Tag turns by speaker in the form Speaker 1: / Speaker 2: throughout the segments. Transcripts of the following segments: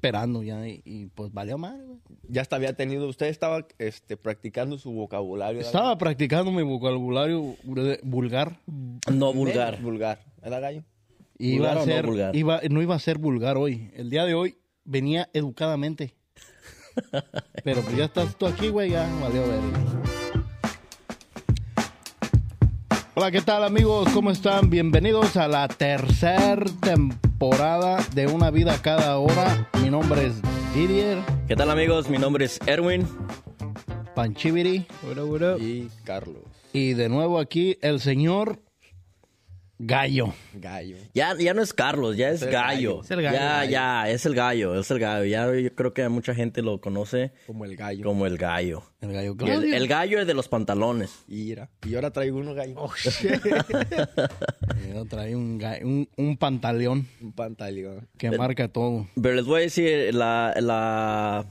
Speaker 1: esperando ya y, y, pues valió madre, güey.
Speaker 2: Ya hasta había tenido, usted estaba este, practicando su vocabulario. ¿verdad,
Speaker 1: Estaba practicando mi vocabulario vulgar.
Speaker 3: No
Speaker 2: gallo?
Speaker 3: vulgar.
Speaker 2: Eh, vulgar. ¿Verdad, gallo?
Speaker 1: Iba
Speaker 3: ¿Vulgar
Speaker 1: a
Speaker 3: o no
Speaker 1: ser,
Speaker 3: vulgar?
Speaker 1: iba- no iba a ser vulgar hoy. El día de hoy venía educadamente. Pero pues ya estás tú aquí, güey, ya valió verga. Hola, ¿qué tal amigos? ¿Cómo están? Bienvenidos a la tercera temporada de Una Vida Cada Hora. Mi nombre es Didier
Speaker 3: ¿Qué tal amigos? Mi nombre es Erwin.
Speaker 1: Panchiviri.
Speaker 2: Y Carlos.
Speaker 1: Y de nuevo aquí el señor Gallo.
Speaker 2: Gallo.
Speaker 3: Ya, ya no es Carlos, ya es
Speaker 2: el
Speaker 3: gallo.
Speaker 2: gallo.
Speaker 4: Es el gallo.
Speaker 3: Ya,
Speaker 2: Gallo.
Speaker 3: ya, es el gallo, es el gallo. Ya yo creo que mucha gente lo conoce
Speaker 2: Como el gallo.
Speaker 3: como el gallo.
Speaker 1: El Gallo
Speaker 3: Y El,
Speaker 1: Claudio.
Speaker 3: el gallo es de los pantalones.
Speaker 2: Ira. Y ahora traigo uno gallo.
Speaker 1: Oh. Yo traí un, ga- un, un pantaleón
Speaker 2: Un pantaleón.
Speaker 1: que marca todo.
Speaker 3: Pero les voy a decir, la, la...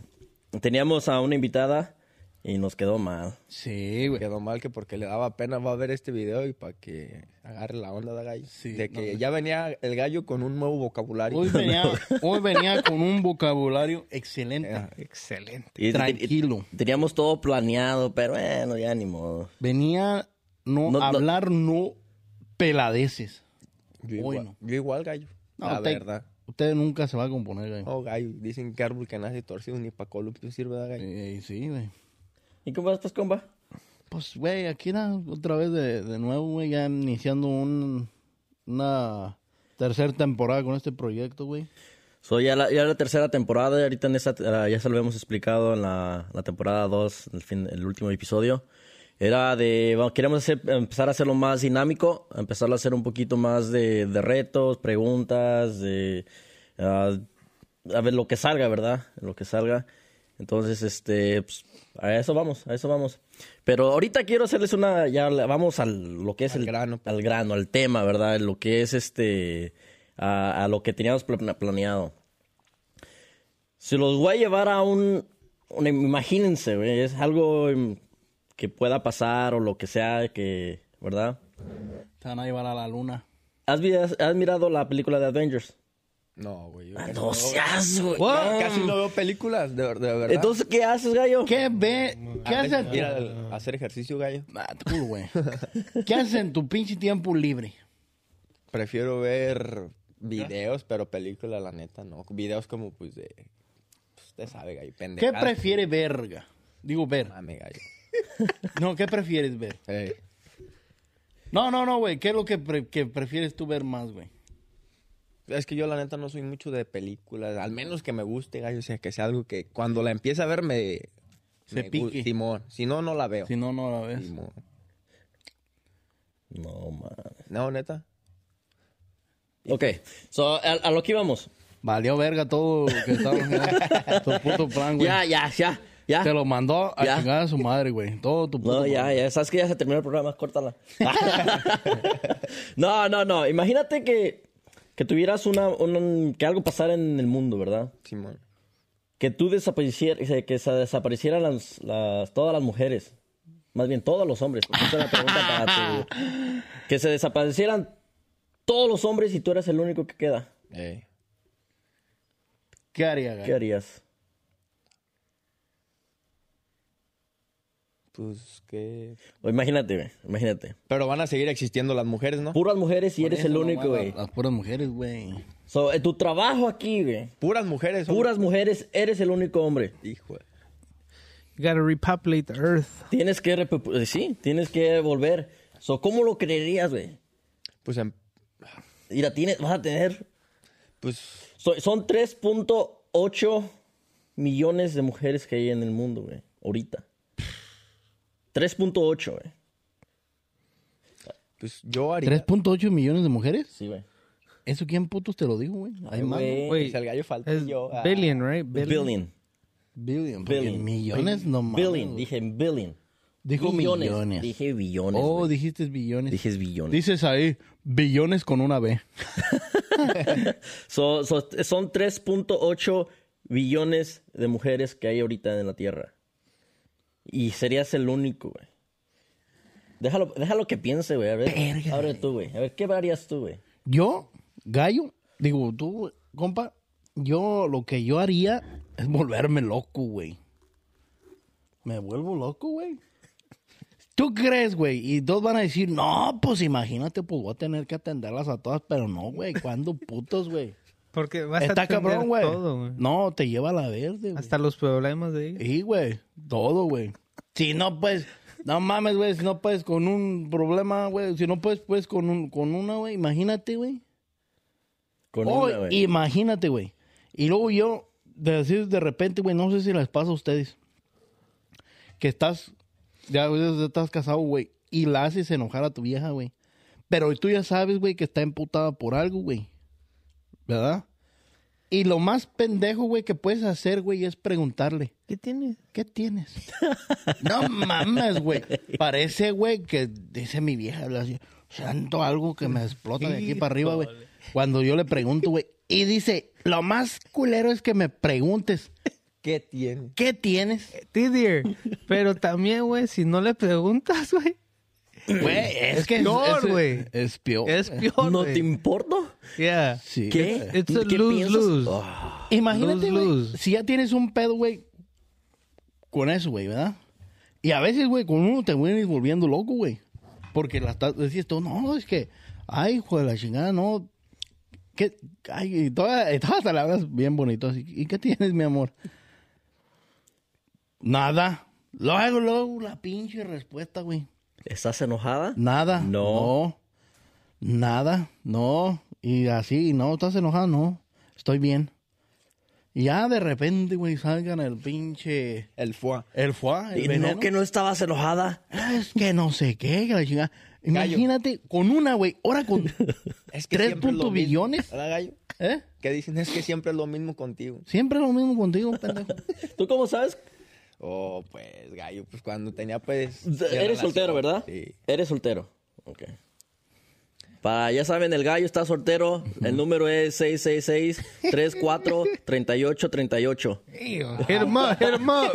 Speaker 3: teníamos a una invitada y nos quedó mal.
Speaker 1: Sí, güey.
Speaker 2: Quedó mal que porque le daba pena va a ver este video y para que agarre la onda de gallo.
Speaker 1: Sí,
Speaker 2: de
Speaker 1: no,
Speaker 2: que
Speaker 1: no.
Speaker 2: ya venía el gallo con un nuevo vocabulario.
Speaker 1: Hoy venía, hoy venía con un vocabulario excelente.
Speaker 2: Ajá.
Speaker 4: Excelente.
Speaker 3: Y-
Speaker 1: Tranquilo.
Speaker 3: y- teníamos todo planeado, pero bueno, ya ni modo.
Speaker 1: Venía no,
Speaker 3: No, no.
Speaker 1: hablar no peladeces.
Speaker 2: yo,
Speaker 1: Hoy
Speaker 2: igual,
Speaker 1: no.
Speaker 2: yo igual gallo.
Speaker 1: No,
Speaker 2: la
Speaker 1: usted-
Speaker 2: verdad.
Speaker 1: Usted nunca se va a componer, güey.
Speaker 2: Oh, gallo. Dicen que árbol que nace torcido ni para columpio sirve de gallo.
Speaker 1: Eh, sí, güey.
Speaker 3: ¿Y cómo estás, comba?
Speaker 1: Pues, güey, aquí era otra vez de, de nuevo, güey, ya iniciando un- una tercera temporada con este proyecto, güey.
Speaker 3: So, ya, la, ya la tercera temporada, y ahorita en esta, ah, ya se lo habíamos explicado en la, la temporada 2, el, fin- el último episodio. Era de, bueno, queremos hacer- empezar a hacerlo más dinámico, empezar a hacer un poquito más de, de retos, preguntas, de, ah, a ver lo que salga, ¿verdad? Lo que salga. Entonces, este, pues, a eso vamos, a eso vamos. Pero ahorita quiero hacerles una, ya la- vamos a lo que es
Speaker 2: Al
Speaker 3: el
Speaker 2: grano.
Speaker 3: al grano, al tema, ¿verdad? Lo que es este, a, a lo que teníamos pla- planeado. Si los voy a llevar a un, un- imagínense, güey, es algo em, que pueda pasar o lo que sea, que, ¿verdad?
Speaker 1: Te van a llevar a la luna.
Speaker 3: ¿Has, vi- has mirado la película de Avengers?
Speaker 2: No, güey. yo
Speaker 3: Ah,
Speaker 2: casi
Speaker 3: No
Speaker 2: veo-
Speaker 3: seas,
Speaker 2: No,
Speaker 3: güey.
Speaker 2: Casi no veo películas, de, de verdad.
Speaker 3: Entonces, ¿qué haces, gallo?
Speaker 1: ¿Qué ve? ¿Qué haces?
Speaker 2: Ir a Ah, hacer ejercicio, gallo.
Speaker 1: Ah, tú, güey. ¿Qué haces en tu pinche tiempo libre?
Speaker 2: Prefiero ver videos, pero películas, la neta, no. Videos como, pues, de... pues, Usted sabe, gallo,
Speaker 1: ¿Qué
Speaker 2: pendejadas.
Speaker 1: prefieres, verga? Digo, ver.
Speaker 2: Mame, gallo. Eh,
Speaker 1: No, ¿qué prefieres ver?
Speaker 2: Ey,
Speaker 1: No, no, no, güey. ¿Qué es lo que, pre- que prefieres tú ver más, güey?
Speaker 2: Es que yo, la neta, no soy mucho de películas. Al menos que me guste, gallo. O sea, que sea algo que cuando la empiece a ver me...
Speaker 1: Se
Speaker 2: me gu-
Speaker 1: pique.
Speaker 2: Simón. Si no, no la veo.
Speaker 1: Si no, no la ves.
Speaker 2: Simón.
Speaker 3: No, man.
Speaker 2: No, neta.
Speaker 3: Ok, so, a, a lo que íbamos.
Speaker 1: Valió verga todo lo que estaba haciendo. tu puto plan, güey.
Speaker 3: Ya, ya, ya, ya.
Speaker 1: Te lo mandó a
Speaker 3: Ya.
Speaker 1: chingar a su madre, güey. Todo tu puto
Speaker 3: No, ya,
Speaker 1: plan.
Speaker 3: ya, sabes que ya se terminó el programa, córtala. no, no, no, imagínate que, que tuvieras una, un- que algo pasara en el mundo, ¿verdad?
Speaker 2: Simón.
Speaker 3: Que tú desaparecieras, que se desaparecieran las, las- todas las mujeres, más bien todos los hombres. porque esa es la pregunta para tu- que se desaparecieran todos los hombres y tú eras el único que queda.
Speaker 1: Eh.
Speaker 2: Ey.
Speaker 1: ¿Qué haría,
Speaker 3: ¿Qué
Speaker 1: güey?
Speaker 3: harías?
Speaker 2: Pues, que...
Speaker 3: O imagínate, güey, imagínate.
Speaker 2: Pero van a seguir existiendo las mujeres, ¿no?
Speaker 3: Puras mujeres y eres el
Speaker 1: Esa
Speaker 3: único,
Speaker 1: mamada,
Speaker 3: güey.
Speaker 1: Las puras mujeres, güey.
Speaker 3: So, eh, tu trabajo aquí, güey.
Speaker 2: Puras mujeres. hombre.
Speaker 3: Puras mujeres, eres el único hombre.
Speaker 2: Hijo de-
Speaker 4: You gotta repopulate the earth.
Speaker 3: Tienes que, repu- eh, sí, tienes que volver. So, ¿Cómo lo creerías, güey?
Speaker 2: Pues, em-
Speaker 3: Mira, tienes, vas a tener...
Speaker 2: pues...
Speaker 3: so- son 3.8 millones de mujeres que hay en el mundo, güey. Ahorita. 3.8, güey.
Speaker 2: Pues yo haría...
Speaker 1: 3.8 millones de mujeres.
Speaker 3: Sí, güey.
Speaker 1: ¿Eso quién putos te lo dijo, güey? Hay más.
Speaker 3: Güey,
Speaker 2: Si el gallo falta
Speaker 4: es
Speaker 2: yo... ah.
Speaker 4: billion, right? Billion.
Speaker 3: Billion.
Speaker 1: Billion. porque
Speaker 3: Billion.
Speaker 1: Millones nomás.
Speaker 3: Billion. Dije billion.
Speaker 1: Dijo millones.
Speaker 3: Dije billones.
Speaker 1: Oh,
Speaker 3: güey.
Speaker 1: dijiste billones.
Speaker 3: Dije billones.
Speaker 1: Dices ahí, billones con una B.
Speaker 3: So- so- son 3.8 billones de mujeres que hay ahorita en la Tierra. Y serías el único, güey. Déjalo, déjalo que piense, güey. A ver,
Speaker 1: Verga,
Speaker 3: ahora tú, güey. A ver, ¿qué harías tú, güey?
Speaker 1: Yo, gallo, digo, tú, compa, yo lo que yo haría es volverme loco, güey. Me vuelvo loco, güey. ¿Tú crees, güey? Y todos van a decir, no, pues imagínate, pues voy a tener que atenderlas a todas, pero no, güey. ¿Cuándo putos, güey?
Speaker 4: Porque vas a
Speaker 1: Está
Speaker 4: atender
Speaker 1: cabrón, güey.
Speaker 4: todo, güey.
Speaker 1: No, te lleva a la verde, güey.
Speaker 4: Hasta los problemas de ahí.
Speaker 1: Sí, güey. Todo, güey. Si no puedes, no mames, güey. Si no puedes con un problema, güey. Si no puedes, pues con, un, con una, güey. Imagínate, güey.
Speaker 3: Con
Speaker 1: Oh,
Speaker 3: una, güey.
Speaker 1: imagínate, güey. Y luego yo, de decir de repente, güey, no sé si les pasa a ustedes. Que estás, ya güey, ya estás casado, güey. Y la haces enojar a tu vieja, güey. Pero tú ya sabes, güey, que está emputada por algo, güey. ¿Verdad? Y lo más pendejo, güey, que puedes hacer, güey, es preguntarle.
Speaker 4: ¿Qué tienes?
Speaker 1: ¿Qué tienes? no mames, güey. Parece, güey, que dice mi vieja, le hace, santo algo que me explota de aquí para arriba, güey. Cuando yo le pregunto, güey, y dice, lo más culero es que me preguntes,
Speaker 2: ¿Qué tiene?
Speaker 1: ¿qué tienes?
Speaker 4: Tidier. Pero también, güey, si no le preguntas, güey,
Speaker 1: Güey, es,
Speaker 4: Es
Speaker 1: que es-
Speaker 4: peor,
Speaker 1: es-
Speaker 4: güey.
Speaker 1: Es peor.
Speaker 4: es peor,
Speaker 3: ¿No
Speaker 4: güey.
Speaker 3: te importa?
Speaker 4: Yeah.
Speaker 1: Sí.
Speaker 3: ¿Qué?
Speaker 4: It's a
Speaker 3: ¿Qué
Speaker 4: lose,
Speaker 3: piensas?
Speaker 4: lose.
Speaker 3: Ah,
Speaker 1: Imagínate,
Speaker 4: Luz,
Speaker 1: güey,
Speaker 4: luz.
Speaker 1: si ya tienes un pedo, güey, con eso, güey, ¿verdad? Y a veces, güey, con uno te vienes volviendo loco, güey. Porque la estás, decís tú, no, es que, ay, hijo de la chingada, no. ¿Qué? Ay, y toda- y todas las palabras bien bonitas. ¿Y y qué tienes, mi amor? Nada. Luego, luego, la pinche respuesta, güey.
Speaker 3: ¿Estás enojada?
Speaker 1: Nada.
Speaker 3: No.
Speaker 1: No. Nada. No. Y así, no, estás enojado, no. Estoy bien. Y ya de repente, güey, salgan el pinche.
Speaker 2: El foie.
Speaker 1: El foie, el
Speaker 3: Y
Speaker 1: veneno.
Speaker 3: no que no estabas enojada.
Speaker 1: Ah, Es que no sé qué, que la chingada. Imagínate, con una, güey. Ahora con
Speaker 2: Es que
Speaker 1: tres
Speaker 2: siempre es lo
Speaker 1: puntos
Speaker 2: mismo.
Speaker 1: billones.
Speaker 2: Hola, gallo.
Speaker 1: ¿Eh?
Speaker 2: ¿Qué dicen? Es que siempre es lo mismo contigo.
Speaker 1: Siempre lo mismo contigo, pendejo.
Speaker 3: ¿Tú cómo sabes?
Speaker 2: Oh, pues, gallo, pues cuando tenía, pues... mi
Speaker 3: Eres
Speaker 2: relación,
Speaker 3: soltero, ¿verdad?
Speaker 2: Sí.
Speaker 3: Eres soltero. Ok. Para, ya saben, el gallo está soltero. El número es 666-34-3838.
Speaker 4: Hey, hit him up, hit him up.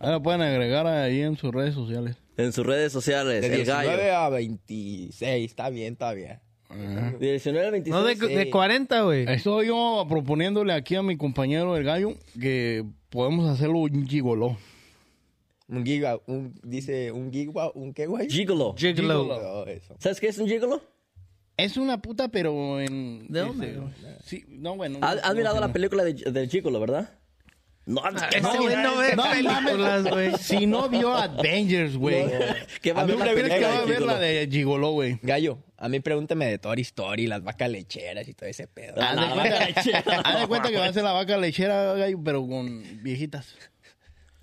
Speaker 1: Ahora pueden agregar ahí en sus redes sociales.
Speaker 3: En sus redes sociales,
Speaker 2: De
Speaker 3: el
Speaker 2: 19
Speaker 3: gallo.
Speaker 2: a 26, está bien, está bien.
Speaker 3: 19
Speaker 4: No, de,
Speaker 3: 26.
Speaker 4: de 40, güey.
Speaker 1: Estoy yo ah, proponiéndole aquí a mi compañero el gallo que podemos hacerlo un gigoló.
Speaker 2: Un giga, un, dice, un giga, un qué, güey?
Speaker 3: Gigolo.
Speaker 4: Gigolo.
Speaker 2: No, eso.
Speaker 3: ¿Sabes qué es un gigolo?
Speaker 1: Es una puta, pero en.
Speaker 4: ¿De dónde,
Speaker 1: este,
Speaker 4: güey?
Speaker 1: Sí, no, bueno.
Speaker 3: ¿Has, has mirado la película de, del gigolo, verdad? No,
Speaker 1: Ah,
Speaker 4: Ese
Speaker 3: no,
Speaker 4: güey no ve
Speaker 1: no,
Speaker 4: películas, güey.
Speaker 1: Si no vio Avengers, güey.
Speaker 3: que va a
Speaker 1: A mí
Speaker 3: ver
Speaker 1: me
Speaker 3: la
Speaker 1: crees que
Speaker 3: película
Speaker 1: va a
Speaker 3: del
Speaker 1: ver la
Speaker 3: gigolo.
Speaker 1: de Gigoló, güey.
Speaker 2: Gallo, a mí pregúntame de Tory Story, las vacas lecheras y todo ese pedo.
Speaker 3: Ah,
Speaker 1: Haz de
Speaker 3: la
Speaker 1: cuenta-
Speaker 3: vaca lechera.
Speaker 1: haz de cuenta que va a ser la vaca lechera, gallo, pero con viejitas.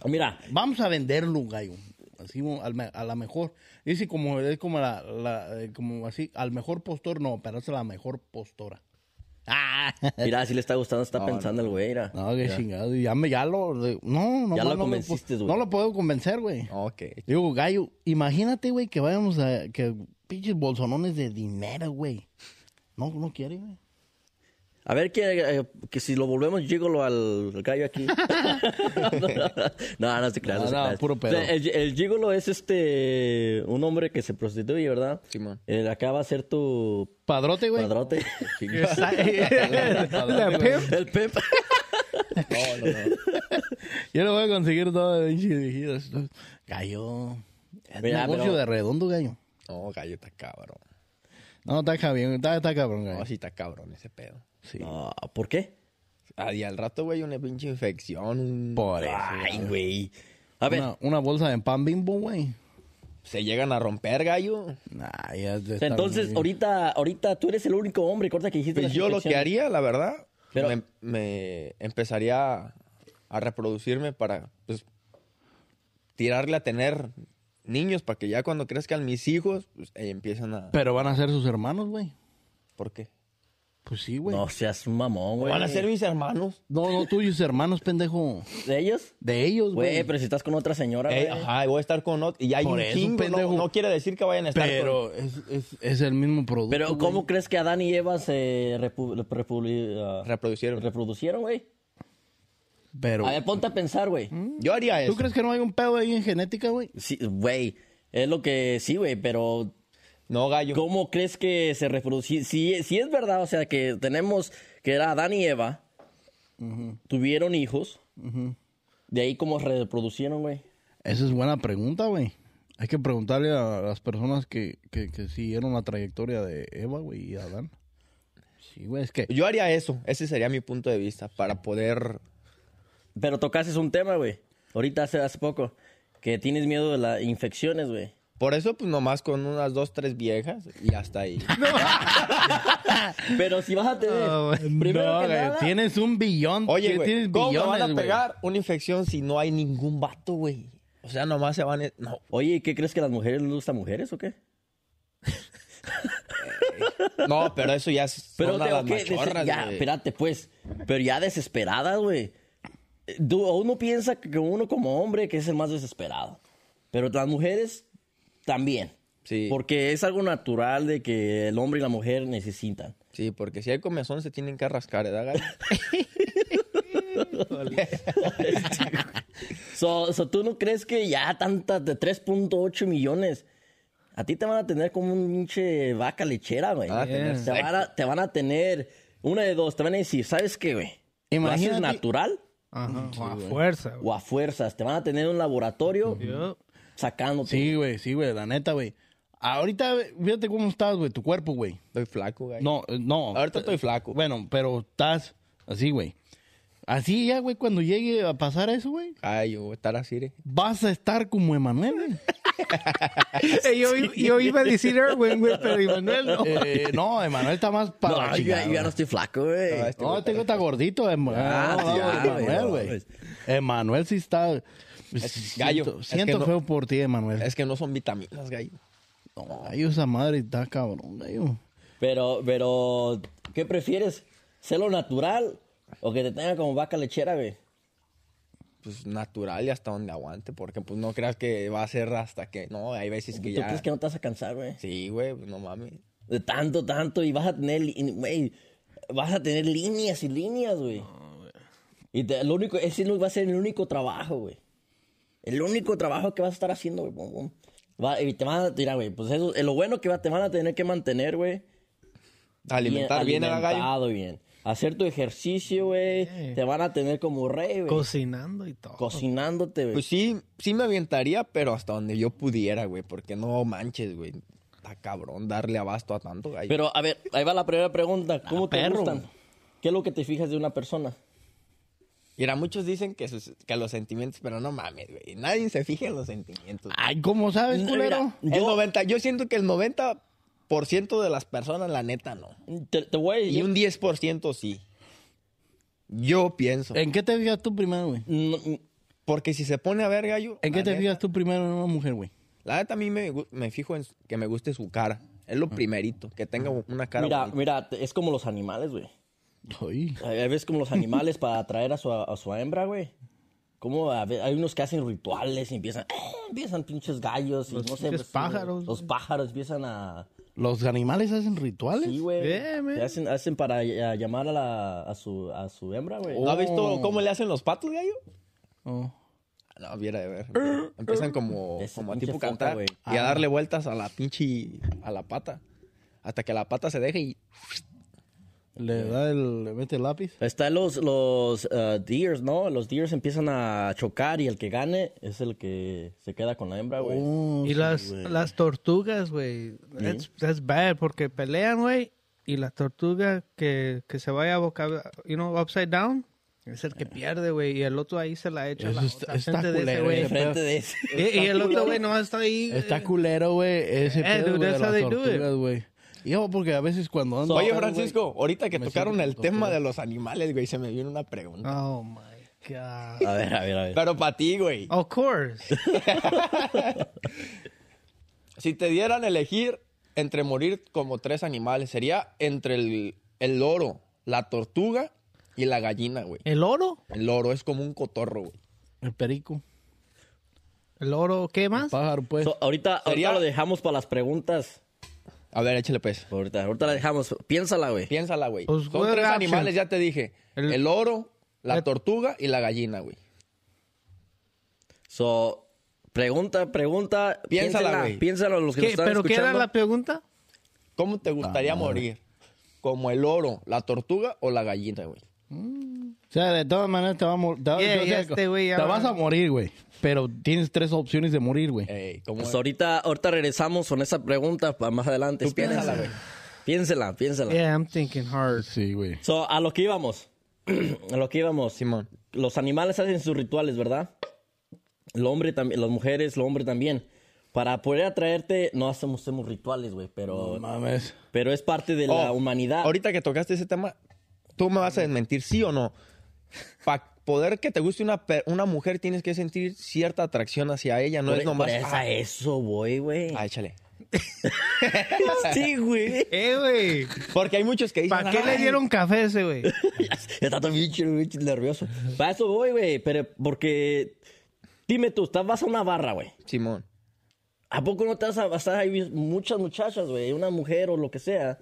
Speaker 3: Mira,
Speaker 1: Vamos a venderlo, gallo. Así, al me- a la mejor. Dice como, es como la, la, eh, como así, al mejor postor, no, pero es la mejor postora. Ah.
Speaker 3: mira, si le está gustando, está pensando el güey. mira.
Speaker 1: No, qué chingado. Ya, me, ya lo, no, no.
Speaker 3: Ya
Speaker 1: no, no
Speaker 3: lo
Speaker 1: me
Speaker 3: convenciste,
Speaker 1: pu-
Speaker 3: güey.
Speaker 1: No lo puedo convencer, güey.
Speaker 2: Ok.
Speaker 1: Digo, gallo, imagínate, güey, que vayamos a. que pinches bolsonones de dinero, güey. No, no quiere, güey.
Speaker 3: A ver que, eh, que si lo volvemos gigolo al gallo aquí. no, no te creas.
Speaker 1: No,
Speaker 3: te
Speaker 1: no,
Speaker 3: creas.
Speaker 1: puro pedo.
Speaker 3: O sea, El, el gigolo es este un hombre que se prostituye, ¿verdad? Eh,
Speaker 2: Simón.
Speaker 3: Él acaba de ser tu
Speaker 1: Padrote, güey.
Speaker 3: padrote.
Speaker 4: La pimp.
Speaker 3: el pep.
Speaker 2: No, no, no.
Speaker 1: Yo le voy a conseguir todo de pinches dirigidas. Gallo. Es
Speaker 3: Mira,
Speaker 1: negocio
Speaker 3: pero-
Speaker 1: de redondo, gallo.
Speaker 2: No, gallo, está cabrón.
Speaker 1: No, está cabrón, está, está cabrón,
Speaker 2: No,
Speaker 1: gallo.
Speaker 2: sí está cabrón ese pedo.
Speaker 1: Sí.
Speaker 3: No, ¿Por qué?
Speaker 2: Ah, y al rato, güey, una pinche infección. un-
Speaker 1: Por eso,
Speaker 2: Ay, güey.
Speaker 3: A ver,
Speaker 1: Una, una bolsa de pan bimbo, güey.
Speaker 2: Se llegan a romper, gallo.
Speaker 1: Nah, ya de
Speaker 3: o sea,
Speaker 1: estar
Speaker 3: entonces
Speaker 1: muy-
Speaker 3: ahorita, ahorita tú eres el único hombre, corta que dijiste.
Speaker 2: Pues
Speaker 3: las
Speaker 2: yo lo que
Speaker 3: infecciones.
Speaker 2: haría, la verdad,
Speaker 3: Pero-
Speaker 2: me, me empezaría a, a reproducirme para, pues, tirarle a tener niños para que ya cuando crezcan mis hijos, pues, eh, empiecen a...
Speaker 1: Pero van a ser sus hermanos, güey.
Speaker 2: ¿Por qué?
Speaker 1: Pues sí, güey.
Speaker 3: No seas un mamón, güey.
Speaker 2: Van a ser mis hermanos.
Speaker 1: No, no, tuyos hermanos, pendejo.
Speaker 3: ¿De ellos?
Speaker 1: De ellos,
Speaker 3: Güey,
Speaker 1: güey.
Speaker 3: pero si estás con otra señora,
Speaker 2: Pues, Eh,
Speaker 3: güey.
Speaker 2: ajá, voy a estar con otro. Y hay
Speaker 1: Por
Speaker 2: un
Speaker 1: eso,
Speaker 2: chingo, no,
Speaker 1: pendejo.
Speaker 2: no quiere decir que vayan a estar con...
Speaker 1: Pero es, es, es el mismo producto.
Speaker 3: Pero,
Speaker 2: Pues,
Speaker 1: güey.
Speaker 3: ¿cómo crees que Adán y Eva se repu- repu- ah,
Speaker 2: Reproducieron.
Speaker 3: reproducieron, güey?
Speaker 1: Pero.
Speaker 3: A ver, ponte a pensar, güey.
Speaker 2: Yo haría eso.
Speaker 1: ¿Tú crees que no hay un pedo ahí en genética, güey?
Speaker 3: Sí, güey, es lo que sí, güey, pero
Speaker 2: No, gallo.
Speaker 3: ¿Cómo crees que se reproducía? Si, si es verdad, o sea, que tenemos que era Adán y Eva, tuvieron hijos, de ahí cómo se reproducieron, güey.
Speaker 1: Esa es buena pregunta, güey. Hay que preguntarle a las personas que, que, que siguieron la trayectoria de Eva, güey, y Adán. Sí, güey, es que...
Speaker 2: Yo haría eso. Ese sería mi punto de vista para poder...
Speaker 3: Pero tocaste un tema, güey. Ahorita hace, hace poco, que tienes miedo de las infecciones, güey.
Speaker 2: Por eso, pues nomás con unas dos, tres viejas y hasta ahí.
Speaker 3: Pero si vas a tener.
Speaker 4: No, güey.
Speaker 3: Eh, primero
Speaker 1: No,
Speaker 3: que
Speaker 1: güey,
Speaker 3: nada,
Speaker 1: tienes un billón.
Speaker 2: Oye,
Speaker 1: ti-
Speaker 2: güey,
Speaker 1: tienes
Speaker 2: ¿cómo me van a
Speaker 1: billones, güey.
Speaker 2: pegar una infección si no hay ningún vato, güey? O sea, nomás se van... a- No,
Speaker 3: Oye, ¿qué crees que a las mujeres les gustan mujeres o qué?
Speaker 2: no, pero eso ya es...
Speaker 3: Pero
Speaker 2: son a
Speaker 3: te-
Speaker 2: las
Speaker 3: ok, des-
Speaker 2: machorras,
Speaker 3: ya,
Speaker 2: güey.
Speaker 3: espérate, pues. Pero ya desesperadas, güey. Eh, du- Uno piensa que uno como hombre que es el más desesperado. Pero las mujeres también.
Speaker 2: Sí.
Speaker 3: Porque es algo natural de que el hombre y la mujer necesitan.
Speaker 2: Sí, porque si hay comezón se tienen que rascar, ¿verdad, gallo?
Speaker 3: So, so, ¿Tú no crees que ya tantas de 3.8 millones? A ti te van a tener como un pinche vaca lechera, güey.
Speaker 2: Van a tener
Speaker 3: Te, van a, te van a tener una de dos. Te van a decir, ¿sabes qué, güey? ¿Lo haces
Speaker 1: Imagínate-
Speaker 3: natural
Speaker 4: Ajá, a fuerza, güey.
Speaker 3: o a fuerzas? Te van a tener en un laboratorio
Speaker 4: Yo-
Speaker 3: sacándote.
Speaker 1: Sí, güey, sí, güey, la neta, güey. Ahorita, güey, fíjate cómo estás, güey, tu cuerpo, güey.
Speaker 2: Estoy flaco, güey.
Speaker 1: No, eh, no.
Speaker 2: Ahorita estoy flaco.
Speaker 1: Bueno, pero estás así, güey. Así ya, güey, cuando llegue a pasar eso, güey,
Speaker 2: Ay, yo voy a estar así, ¿eh?
Speaker 1: vas a estar como Emanuel, güey.
Speaker 4: Eh, yo, yo iba a decir Erwin, güey, pero Emanuel no.
Speaker 1: Eh, no, Emanuel está más
Speaker 3: No,
Speaker 1: para la
Speaker 3: yo,
Speaker 1: chingada,
Speaker 3: ya- yo ya no estoy flaco, güey.
Speaker 2: No, es-
Speaker 1: No, este güey está gordito, Emanuel.
Speaker 3: Ah,
Speaker 1: No,
Speaker 3: sí,
Speaker 1: no,
Speaker 3: ah,
Speaker 1: Emanuel,
Speaker 3: güey.
Speaker 1: güey. Emanuel sí está... Siento-
Speaker 2: gallo, es
Speaker 1: Siento
Speaker 2: que no-
Speaker 1: feo por ti, Emanuel.
Speaker 2: Es que no son vitaminas, gallo.
Speaker 1: No, gallo, esa madre está cabrón, gallo.
Speaker 3: Pero, pero, ¿qué prefieres? ¿Ser lo natural o que te tengan como vaca lechera, güey?
Speaker 2: Pues natural y hasta donde aguante, porque pues no creas que va a ser hasta que... No, hay veces
Speaker 3: ¿Tú
Speaker 2: que ya...
Speaker 3: crees que no te vas a cansar, güey?
Speaker 2: Sí, güey, pues, no mames.
Speaker 3: De tanto, tanto. Y vas a tener, li- güey, vas a tener líneas y líneas, güey. y te- lo único, ese no va a ser el único trabajo, güey. El único trabajo que vas a estar haciendo, güey. pum, pum. Va- y te van a tirar, güey. Pues eso, eh, lo bueno que va- te van a tener que mantener, güey.
Speaker 2: Alimentar bien, a la gallo.
Speaker 3: alimentado bien. Hacer tu ejercicio, güey. Te van a tener como rey, güey.
Speaker 4: Cocinando y todo.
Speaker 3: cocinándote, güey.
Speaker 2: Pues sí, sí me avientaría, pero hasta donde yo pudiera, güey. Porque no manches, güey. Está cabrón darle abasto a tanto gallo.
Speaker 3: Pero, a ver, ahí va la primera pregunta. ¿Cómo te
Speaker 1: perro,
Speaker 3: gustan?
Speaker 1: güey.
Speaker 3: ¿Qué es lo que te fijas de una persona?
Speaker 2: Mira, muchos dicen que, sus- que los sentimientos, pero no mames, güey. Nadie se fija en los sentimientos.
Speaker 1: Ay, ¿cómo sabes,
Speaker 3: Mira,
Speaker 1: culero?
Speaker 2: El 90, yo siento que el 90% de las personas, la neta, no.
Speaker 3: Te, te voy a
Speaker 2: Y un 10% sí. Yo pienso.
Speaker 1: ¿En qué te fijas tú primero, güey?
Speaker 3: No, mm,
Speaker 2: Porque si se pone a ver, gallo.
Speaker 1: ¿En
Speaker 2: la
Speaker 1: qué te
Speaker 2: neta-
Speaker 1: fijas tú primero en una mujer, güey?
Speaker 2: La neta, a mí me, gu- me fijo en su- que me guste su cara. Es lo primerito, que tenga una cara.
Speaker 3: mira,
Speaker 2: bonita.
Speaker 3: mira, te- es como los animales, güey.
Speaker 1: Ay.
Speaker 3: A a veces como los animales para atraer a su, a su hembra, güey. Como a ve- hay unos que hacen rituales y empiezan, eh, empiezan pinches gallos y
Speaker 4: Los
Speaker 3: no sé.
Speaker 4: pinches
Speaker 3: pues,
Speaker 4: pájaros,
Speaker 3: Los
Speaker 4: güey.
Speaker 3: pájaros empiezan a...
Speaker 1: ¿Los animales hacen rituales?
Speaker 3: Sí, güey.
Speaker 4: Eh, man.
Speaker 3: Te hacen, hacen para a llamar a, la, a, su, a su hembra, güey.
Speaker 2: ¿No has visto cómo le hacen los patos, gallo?
Speaker 1: Oh.
Speaker 2: No, viera de ver. Empiezan como,
Speaker 3: Esa
Speaker 2: como a
Speaker 3: pinche
Speaker 2: tipo
Speaker 3: foca,
Speaker 2: cantar
Speaker 3: güey.
Speaker 2: y a
Speaker 1: Ah.
Speaker 2: darle vueltas a la pinche. a la pata. Hasta que la pata se deje y.
Speaker 1: Le da el, le mete el lápiz.
Speaker 3: Están los, los uh, deers, ¿no? Los deers empiezan a chocar y el que gane es el que se queda con la hembra, güey.
Speaker 1: Oh,
Speaker 4: Y las, las tortugas, güey.
Speaker 1: ¿Eh?
Speaker 4: That's, that's bad porque pelean, güey. Y la tortuga que, que se vaya boca, you know, upside down, es el que pierde, güey. Y el otro ahí se la echa. a la
Speaker 1: Eso está-
Speaker 4: otra
Speaker 1: está
Speaker 4: frente de ese,
Speaker 1: culero,
Speaker 4: güey.
Speaker 1: ese
Speaker 3: Enfrente de ese.
Speaker 4: Y, y el otro, güey, no está ahí.
Speaker 1: Está
Speaker 4: eh,
Speaker 1: culero, güey. Ese
Speaker 4: Eh,
Speaker 1: pedo,
Speaker 4: dude,
Speaker 1: güey, de
Speaker 4: that's
Speaker 1: las
Speaker 4: how they do it.
Speaker 1: tortugas, güey. Yo, porque a veces cuando ando...
Speaker 2: Oye, Francisco, ahorita que
Speaker 1: Me
Speaker 2: tocaron
Speaker 1: siento
Speaker 2: el
Speaker 1: como
Speaker 2: tema de los animales, güey, se me vino una pregunta.
Speaker 4: Oh my God.
Speaker 3: A ver, a ver,
Speaker 1: Ah.
Speaker 3: a ver.
Speaker 2: Pero para ti, güey.
Speaker 4: Of course.
Speaker 2: Si te dieran a elegir entre morir como tres animales, sería entre el, el loro, la tortuga y la gallina, güey.
Speaker 4: ¿El oro?
Speaker 2: El loro es como un cotorro, güey.
Speaker 1: El perico.
Speaker 4: ¿El oro qué más?
Speaker 1: Pájaro, pues.
Speaker 3: So, ahorita,
Speaker 2: Sería-
Speaker 3: ahorita lo dejamos para las preguntas.
Speaker 2: A ver, échale pues.
Speaker 3: Ahorita, ahorita la dejamos. Piénsala, güey.
Speaker 2: Piénsala, güey.
Speaker 4: Pues,
Speaker 2: Son
Speaker 4: güey,
Speaker 2: tres
Speaker 4: gacho.
Speaker 2: animales, ya te dije.
Speaker 4: El- Eh.
Speaker 2: El, loro, la
Speaker 4: el-
Speaker 2: tortuga y la gallina, güey.
Speaker 3: So, Pregunta, pregunta.
Speaker 2: Piénsala, güey.
Speaker 3: Piénsalo los que nos
Speaker 4: ¿Qué?
Speaker 3: están
Speaker 4: ¿Pero qué
Speaker 3: escuchando.
Speaker 4: era la pregunta?
Speaker 2: ¿Cómo te
Speaker 3: Ah,
Speaker 2: gustaría morir? ¿Como el oro, la tortuga o la gallina, güey?
Speaker 1: O sea, de todas maneras te, va a mor- te va-
Speaker 4: Yeah,
Speaker 1: o
Speaker 4: ya
Speaker 1: sea,
Speaker 4: este güey ya
Speaker 1: te
Speaker 4: va-
Speaker 1: vas a morir, güey. Pero tienes tres opciones de morir, güey.
Speaker 2: Ey, ¿cómo
Speaker 3: Pues
Speaker 2: es?
Speaker 3: ahorita, ahorita regresamos con esa pregunta para más adelante.
Speaker 2: Tú piénsala,
Speaker 3: Espérense.
Speaker 2: güey.
Speaker 3: Piénsela, piénsela.
Speaker 4: Yeah, I'm thinking hard.
Speaker 1: Sí, güey.
Speaker 3: So, a lo que íbamos. a lo que íbamos.
Speaker 2: Simón.
Speaker 3: Los animales hacen sus rituales, ¿verdad? El hombre también, las mujeres, el hombre también. Para poder atraerte, no hacemos, hacemos rituales, güey, pero,
Speaker 1: No mames.
Speaker 3: pero es parte de la
Speaker 2: Oh,
Speaker 3: humanidad.
Speaker 2: Ahorita que tocaste ese tema, tú me vas a desmentir, ¿sí o no? Para poder que te guste una, pe- una mujer, tienes que sentir cierta atracción hacia ella, no
Speaker 3: Por- e-,
Speaker 2: es nomás.
Speaker 3: por esa- e-".
Speaker 2: ah,
Speaker 3: eso voy, güey.
Speaker 2: ah, échale.
Speaker 3: Sí, güey.
Speaker 4: Eh, güey.
Speaker 2: Porque hay muchos que dicen.
Speaker 4: ¿Para qué le
Speaker 2: "Ay,
Speaker 4: dieron café a ese, güey?
Speaker 3: Está tan bien chido, bien chido, nervioso. Para eso voy, güey, pero porque... Dime tú, estás, vas a una barra, güey.
Speaker 2: Simón.
Speaker 3: ¿A poco no te vas a pasar ahí muchas muchachas, güey? Una mujer o lo que sea,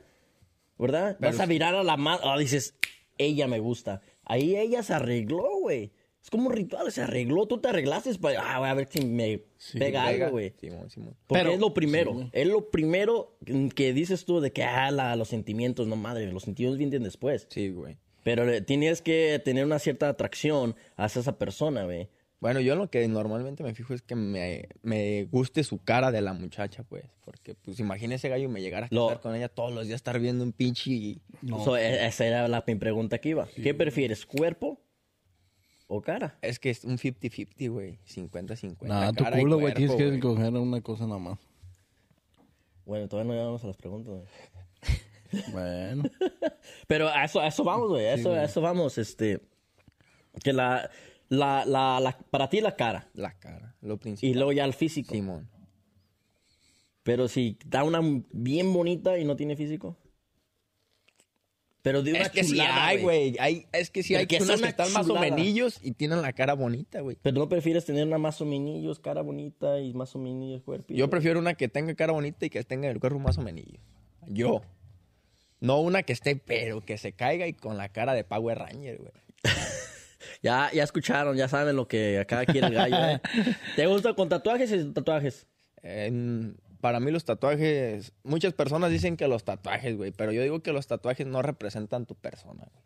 Speaker 3: ¿verdad? vas a virar a la mano. Ah, dices, ella me gusta. Ahí ella se arregló, güey. Es como un ritual, se arregló. Tú te arreglaste para, ah, güey, a ver si me
Speaker 2: Pega.
Speaker 3: pega algo, güey.
Speaker 2: Simón, Simón.
Speaker 3: Porque
Speaker 1: Pero-
Speaker 3: es lo primero, es lo primero que dices tú de que, ah, la- los sentimientos, no madre, los sentimientos vienen después.
Speaker 2: Sí, güey.
Speaker 3: Pero eh, tienes que tener una cierta atracción hacia esa persona, güey.
Speaker 2: Bueno, yo lo que normalmente me fijo es que me, me guste su cara de la muchacha, pues. Porque, pues, imagínese, gallo, me llegara a
Speaker 3: Lo-
Speaker 2: casar con ella todos los días, estar viendo un pinche. y-
Speaker 3: So, e- esa era la, mi pregunta que iba. ¿Qué prefieres, cuerpo o cara?
Speaker 2: Es que es un 50-50, güey. 50-50.
Speaker 1: Nah, tu
Speaker 2: cara y
Speaker 1: culo, güey.
Speaker 2: cuerpo,
Speaker 1: Tienes que
Speaker 2: güey.
Speaker 1: coger una cosa nada más.
Speaker 3: Bueno, todavía no llegamos a las preguntas. güey.
Speaker 1: Bueno.
Speaker 3: Pero a eso, a eso vamos, güey. A eso, a eso vamos. Este, que la, la, la, la- para ti la cara
Speaker 2: La cara, lo
Speaker 3: y
Speaker 2: principal.
Speaker 3: luego ya el físico.
Speaker 2: Simón.
Speaker 3: Pero si da una bien bonita y no tiene físico. Pero de una
Speaker 2: Es que
Speaker 3: chulada,
Speaker 2: sí hay, güey. Hay- Es que sí
Speaker 3: Pero
Speaker 2: hay
Speaker 3: que
Speaker 2: que
Speaker 3: es
Speaker 2: unos
Speaker 3: una
Speaker 2: que están más o
Speaker 3: chulada.
Speaker 2: menillos y tienen la cara bonita, güey.
Speaker 3: Pero no prefieres tener una más o menos cara bonita y más o menos cuerpo.
Speaker 2: Yo prefiero una que tenga cara bonita y que tenga el cuerpo más o menillo. Yo. No una que esté, pero que se caiga y con la cara de Power Ranger, güey.
Speaker 3: Ya, ya escucharon, ya saben lo que acá quiere el gallo. ¿eh? ¿Te gusta con tatuajes y sin tatuajes?
Speaker 2: En- para mí los tatuajes, muchas personas dicen que los tatuajes, güey, pero yo digo que los tatuajes no representan tu persona, güey.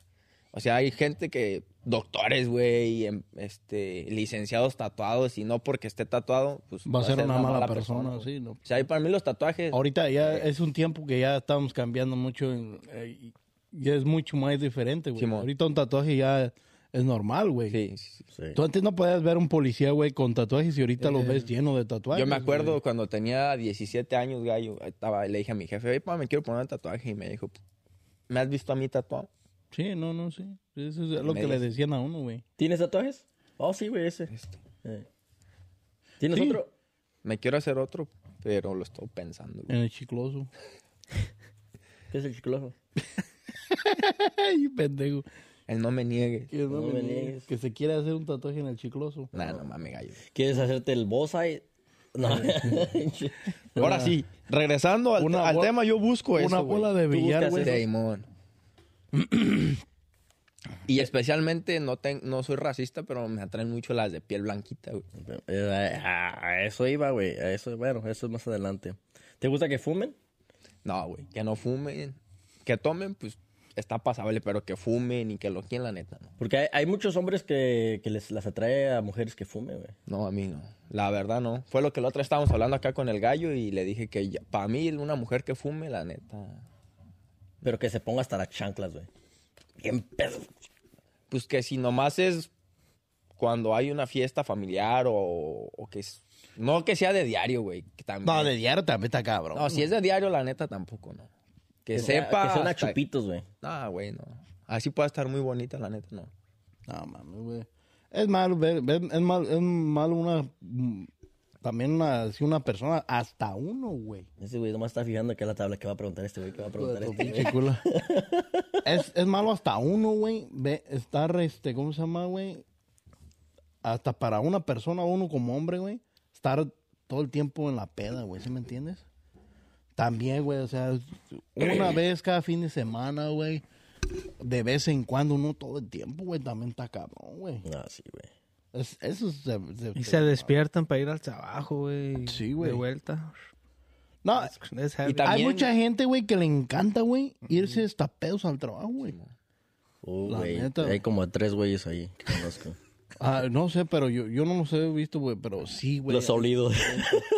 Speaker 2: O sea, hay gente que, doctores, güey, em- este, licenciados tatuados y no porque esté tatuado, pues
Speaker 1: Va a ser una mala persona, Eh.
Speaker 2: güey.
Speaker 1: sí, no.
Speaker 2: O sea, y para mí los tatuajes,
Speaker 1: Ahorita ya es un tiempo que ya estamos cambiando mucho. en- eh, y- y es mucho más diferente, güey.
Speaker 2: Simón.
Speaker 1: Ahorita un tatuaje ya es normal, güey.
Speaker 2: sí, sí, sí.
Speaker 3: Sí.
Speaker 1: Tú antes no podías ver un policía, güey, con tatuajes y ahorita los ves lleno de tatuajes.
Speaker 2: Yo me acuerdo
Speaker 1: güey.
Speaker 2: cuando tenía 17 años, gallo, estaba, le dije a mi jefe, "Ey, pa, me quiero poner un tatuaje y me dijo, ¿me has visto a mí tatuado?
Speaker 1: Sí, no, no, sí. Eso es lo que
Speaker 2: Medias.
Speaker 1: le decían a uno, güey.
Speaker 3: ¿Tienes tatuajes? Oh, sí, güey, ese. Eh. ¿Tienes
Speaker 1: Sí.
Speaker 3: otro?
Speaker 2: Me quiero hacer otro, pero lo estoy pensando. güey.
Speaker 1: En el chicloso.
Speaker 3: ¿Qué es el chicloso?
Speaker 1: Ay, pendejo.
Speaker 2: El no me niegues.
Speaker 1: Que, no
Speaker 3: No
Speaker 1: me
Speaker 3: me
Speaker 1: niegues.
Speaker 3: niegues.
Speaker 1: Que se quiere hacer un tatuaje en el chicloso.
Speaker 2: Nah, no mames, gallo.
Speaker 3: ¿Quieres hacerte el bozai? No.
Speaker 2: Ahora sí, regresando al,
Speaker 1: Una
Speaker 2: al
Speaker 1: bola-
Speaker 2: tema, yo busco
Speaker 1: Una
Speaker 2: Pues eso, güey.
Speaker 1: bola de
Speaker 3: Tú
Speaker 1: billar,
Speaker 3: buscas
Speaker 1: güey.
Speaker 3: eso.
Speaker 2: Simón. y especialmente, no, ten- no soy racista, pero me atraen mucho las de piel blanquita, güey.
Speaker 3: Eh, a a eso iba, güey. A eso, bueno, eso es más adelante. ¿Te gusta que fumen?
Speaker 2: No, güey, que no fumen. Que tomen, pues, está pasable, pero que fumen y que lo quien, la neta, no.
Speaker 3: Porque hay, hay muchos hombres que, que les, las atrae a mujeres que fumen, güey.
Speaker 2: No, a mí no. La verdad, no. Fue lo que la otra estábamos hablando acá con el gallo y le dije que para mí una mujer que fume, la neta...
Speaker 3: Pero que se ponga hasta las chanclas, güey. Bien pedo.
Speaker 2: Pues que si nomás es cuando hay una fiesta familiar o, o que es... No que sea de diario, güey. que también-
Speaker 1: No, de diario también está cabrón.
Speaker 2: No, si es de diario, la neta, tampoco, no. Que
Speaker 3: Que sea-
Speaker 2: sepa...
Speaker 3: Que sean a
Speaker 2: hasta-
Speaker 3: chupitos, güey.
Speaker 2: Ah, güey, no. Así puede estar muy bonita, la neta, no.
Speaker 1: No, mames, güey. Es malo, ver- ver- es mal, es malo una... mm, También una, así una persona, hasta uno, güey.
Speaker 3: Ese güey nomás está fijando que es la tabla que va a preguntar este güey, que va a preguntar
Speaker 1: Tu
Speaker 3: este güey.
Speaker 1: pinche culo. es, es malo hasta uno, güey. ve- Estar, este, ¿cómo se llama, güey? Hasta para una persona, uno como hombre, güey. Estar todo el tiempo en la peda, güey. ¿Sí me entiendes? También, güey. O sea, una vez cada fin de semana, güey. De vez en cuando, no todo el tiempo, güey. También está cabrón, güey.
Speaker 3: No, sí, güey.
Speaker 1: Es- eso es de- de-
Speaker 4: Y se despiertan para ir al trabajo, güey.
Speaker 1: Sí, güey.
Speaker 4: De vuelta.
Speaker 1: No,
Speaker 4: Es heavy.
Speaker 2: Y tam-
Speaker 1: hay
Speaker 2: También-
Speaker 1: mucha gente, güey, que le encanta, güey, irse hasta pedos al trabajo, güey.
Speaker 3: Uh,
Speaker 1: La
Speaker 3: güey,
Speaker 1: neta.
Speaker 3: Hay como tres güeyes ahí que conozco.
Speaker 1: Ah, no sé, pero yo, yo no los he visto, güey, pero sí, güey.
Speaker 3: Los
Speaker 1: Los,
Speaker 3: he olido.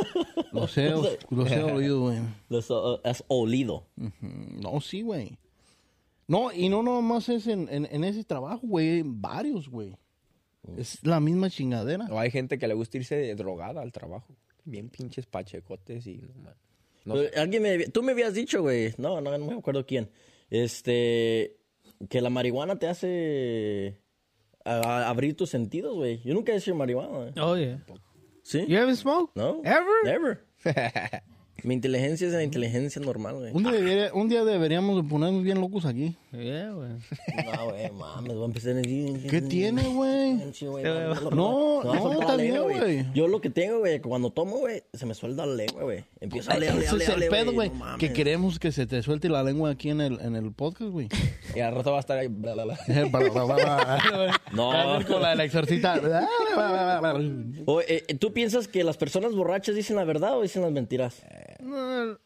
Speaker 1: he, los he oído, güey.
Speaker 3: Los o- has olido.
Speaker 1: No, sí, güey. No, y no nomás es en, en, en ese trabajo, güey, en varios, güey.
Speaker 3: Oh.
Speaker 1: Es la misma chingadera.
Speaker 2: O hay gente que le gusta irse de drogada al trabajo. Bien pinches pachecotes y no man. No
Speaker 3: Pero Alguien me, tú me habías dicho, güey. No, no, no me acuerdo quién. Este, que la marihuana te hace a- a- abrir tus sentidos, güey. Yo nunca he hecho marihuana. güey.
Speaker 4: Oh, yeah.
Speaker 3: ¿Sí?
Speaker 4: You haven't smoked?
Speaker 3: No.
Speaker 4: Ever?
Speaker 3: Never. Mi inteligencia es la inteligencia normal, güey.
Speaker 1: Un día, debería- un día deberíamos de ponernos bien locos aquí.
Speaker 4: Yeah, güey.
Speaker 3: No, güey, mames, voy a empezar a decir-
Speaker 1: ¿Qué tiene, güey?
Speaker 3: Sí, güey, No, me lo-
Speaker 1: No,
Speaker 3: me va a
Speaker 1: no,
Speaker 3: soltar
Speaker 1: está
Speaker 3: la lengua,
Speaker 1: bien, güey.
Speaker 3: Yo lo que tengo, güey, cuando tomo, güey, se me suelta la lengua, güey. Empiezo a leer,
Speaker 1: Ese es el pedo, güey.
Speaker 3: no mames.
Speaker 1: que queremos que se te suelte la lengua aquí en el, en el podcast, güey.
Speaker 2: sé. Y al rato va a estar ahí. bla, bla, bla.
Speaker 3: No.
Speaker 1: Va a ser Con la del exorcista.
Speaker 3: O, eh, ¿Tú piensas que las personas borrachas dicen la verdad o dicen las mentiras?
Speaker 4: No,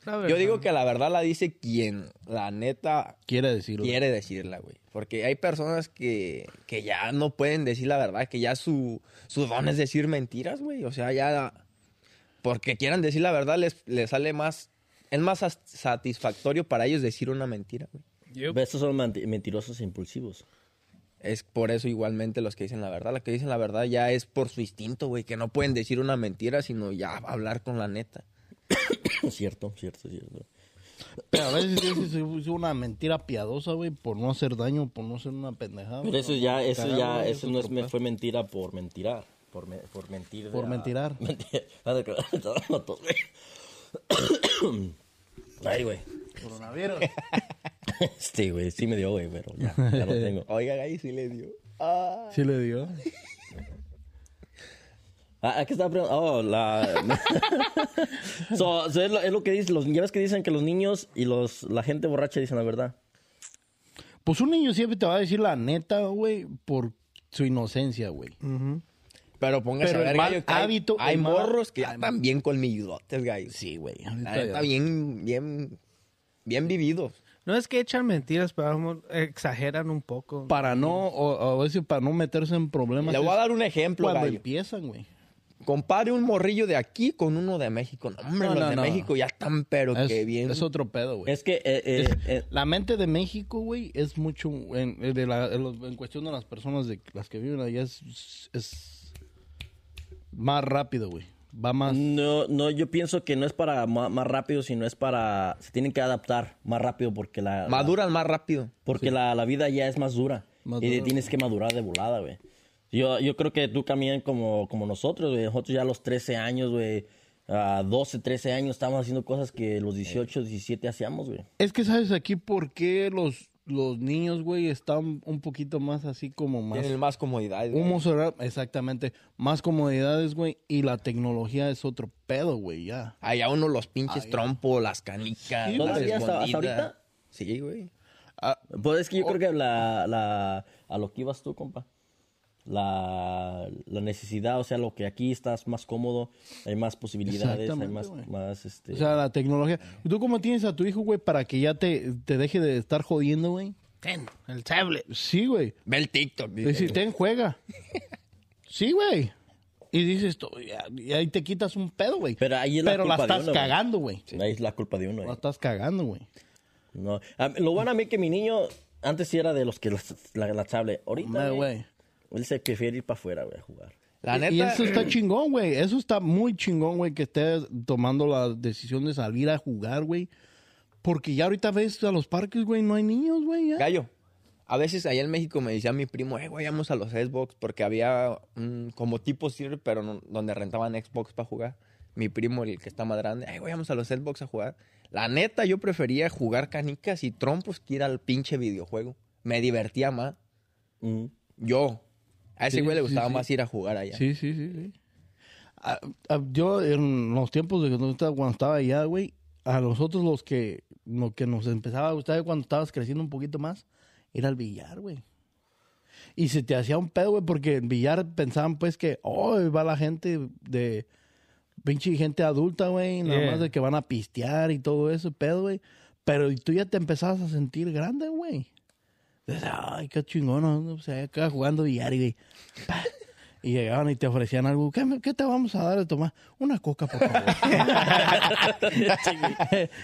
Speaker 4: la verdad.
Speaker 2: Yo digo que la verdad la dice quien la neta
Speaker 1: Quiere decirlo.
Speaker 2: quiere decirla, güey. Porque hay personas que, que ya no pueden decir la verdad, que ya su, su don es decir mentiras, güey. O sea, ya porque quieran decir la verdad les, les sale más, es más sas- satisfactorio para ellos decir una mentira, güey.
Speaker 4: Yep.
Speaker 3: Estos son menti- mentirosos e impulsivos.
Speaker 2: Es por eso igualmente los que dicen la verdad. Los que dicen la verdad ya es por su instinto, güey, que no pueden decir una mentira, sino ya hablar con la neta.
Speaker 3: cierto, cierto, cierto.
Speaker 1: Pero a veces es es una mentira piadosa, güey, por no hacer daño, por no ser una pendejada.
Speaker 3: Pero eso ya, eso
Speaker 1: Cagar,
Speaker 3: ya,
Speaker 1: güey,
Speaker 3: eso no es, me- fue mentira por mentirar. Por, me- por mentir. Ah, de
Speaker 1: Por
Speaker 3: a-
Speaker 1: mentirar.
Speaker 3: Mentir. Estaba dando tos, güey. Ay, güey.
Speaker 1: Coronavirus.
Speaker 3: Este, güey, sí me dio, güey, pero ya, ya lo tengo.
Speaker 2: Oiga, ahí sí le dio.
Speaker 1: Sí le dio.
Speaker 3: Ah, ¿a qué estaba preguntando? Oh, la... So, so es, lo, es lo que dicen, los, ya ves que dicen que los niños y los, la gente borracha dicen la verdad.
Speaker 1: Pues un niño siempre te va a decir la neta, güey, por su inocencia, güey.
Speaker 2: Mm. Pero póngase
Speaker 1: Pero
Speaker 2: a
Speaker 1: el
Speaker 2: ver,
Speaker 1: mal
Speaker 2: gallo, que hay-
Speaker 1: hábito,
Speaker 2: Hay,
Speaker 1: el mal-
Speaker 2: morros que ya están bien colmilludotes, gallo.
Speaker 1: Sí, güey.
Speaker 2: La neta, bien, bien, bien vividos.
Speaker 4: No es que echan mentiras, pero vamos, exageran un poco.
Speaker 1: Para no, o, a veces para no meterse en problemas.
Speaker 2: Le voy a
Speaker 1: es
Speaker 2: dar un ejemplo,
Speaker 1: Cuando
Speaker 2: gallo.
Speaker 1: empiezan, güey.
Speaker 2: Compare un morrillo de aquí con uno de México. No, hombre,
Speaker 1: No,
Speaker 2: los
Speaker 1: no,
Speaker 2: de
Speaker 1: no.
Speaker 2: México ya están, pero que
Speaker 1: Es,
Speaker 2: bien.
Speaker 1: es otro pedo, güey.
Speaker 3: Es que, eh, eh, eh,
Speaker 1: La mente de México, güey, es mucho. En, eh, de la- de los- en cuestión de las personas de las que viven allá, es, es más rápido, güey. Va más.
Speaker 3: no, no, yo pienso que no es para ma- más, rápido, sino es para, se tienen que adaptar más rápido porque la... la-
Speaker 2: Maduran más rápido.
Speaker 3: Porque la, la vida ya es más dura.
Speaker 1: Más
Speaker 3: y
Speaker 1: dura.
Speaker 3: tienes que madurar de volada, güey. Yo, yo creo que tú también como, como nosotros, güey. Nosotros ya a los 13 años, güey. A 12, 13 años estábamos haciendo cosas que los 18, 17 hacíamos, güey.
Speaker 1: Es que sabes aquí por qué los, los niños, güey, están un poquito más así como más.
Speaker 2: Tienen más comodidad. gallo.
Speaker 1: Humo solar, exactamente. Más comodidades, güey. Y la tecnología es otro pedo, güey, ya.
Speaker 2: Allá uno los pinches trompos, las canicas.
Speaker 1: Sí,
Speaker 2: las
Speaker 3: ¿todavía hasta- hasta
Speaker 2: escondidas.
Speaker 3: ahorita?
Speaker 2: Sí, güey.
Speaker 1: Ah,
Speaker 3: Pues es que yo creo que la, la, a lo que ibas tú, compa. La, la necesidad, o sea, lo que aquí estás más cómodo, hay más posibilidades, hay
Speaker 1: Exactamente,
Speaker 3: más,
Speaker 1: güey.
Speaker 3: más este...
Speaker 1: O sea, la tecnología. ¿Tú cómo tienes a tu hijo, güey, para que ya te, te deje de estar jodiendo, güey?
Speaker 4: Ten, el tablet.
Speaker 1: Sí, güey.
Speaker 2: Ve el TikTok.
Speaker 1: Y si ten, juega. Sí, güey. Y dices, tú, ya- y ahí te quitas un pedo, güey.
Speaker 3: Pero ahí es la
Speaker 1: Pero la
Speaker 3: culpa de
Speaker 1: estás
Speaker 3: uno, güey.
Speaker 1: cagando, güey.
Speaker 3: Ahí es la culpa de uno,
Speaker 1: La
Speaker 3: güey.
Speaker 1: estás cagando, güey.
Speaker 3: No. A- Lo bueno a mí que mi niño antes sí era de los que las- la, la, tablet. Ahorita,
Speaker 1: Hombre,
Speaker 3: güey,
Speaker 1: güey.
Speaker 3: él se prefiere ir para afuera, güey, a jugar.
Speaker 2: La neta. eh.
Speaker 1: Y eso está chingón, güey. Eso está muy chingón, güey, que estés tomando la decisión de salir a jugar, güey. Porque ya ahorita ves a los parques, güey, no hay niños, güey. ya.
Speaker 2: Gallo, a veces allá en México me decía mi primo, eh, güey, vamos a los Xbox, porque había mm, como tipo sirve, pero no- donde rentaban Xbox para jugar. Mi primo, el que está más grande, eh, güey, vamos a los Xbox a jugar. La neta, yo prefería jugar canicas y trompos que ir al pinche videojuego. Me divertía más.
Speaker 3: Ujú.
Speaker 2: Yo. A ese
Speaker 1: Sí,
Speaker 2: güey le
Speaker 1: sí,
Speaker 2: gustaba
Speaker 1: sí.
Speaker 2: más ir a jugar allá.
Speaker 1: Sí, sí, sí, sí. Ah, ah, yo en los tiempos de que no estaba- cuando estaba allá, güey, a nosotros los que, lo que nos empezaba a gustar cuando estabas creciendo un poquito más, era el billar, güey. Y se te hacía un pedo, güey, porque en Villar pensaban, pues, que, oh, va la gente de. Pinche gente adulta, güey, nada
Speaker 4: Yeah.
Speaker 1: más de que van a pistear y todo eso, pedo, güey. Pero tú ya te empezabas a sentir grande, güey. Dices, ay, qué chingón, ¿no? o sea, acá jugando billar, güey. Pa. Y llegaban y te ofrecían algo. ¿Qué, me- qué te vamos a dar de tomar? Una coca, por favor.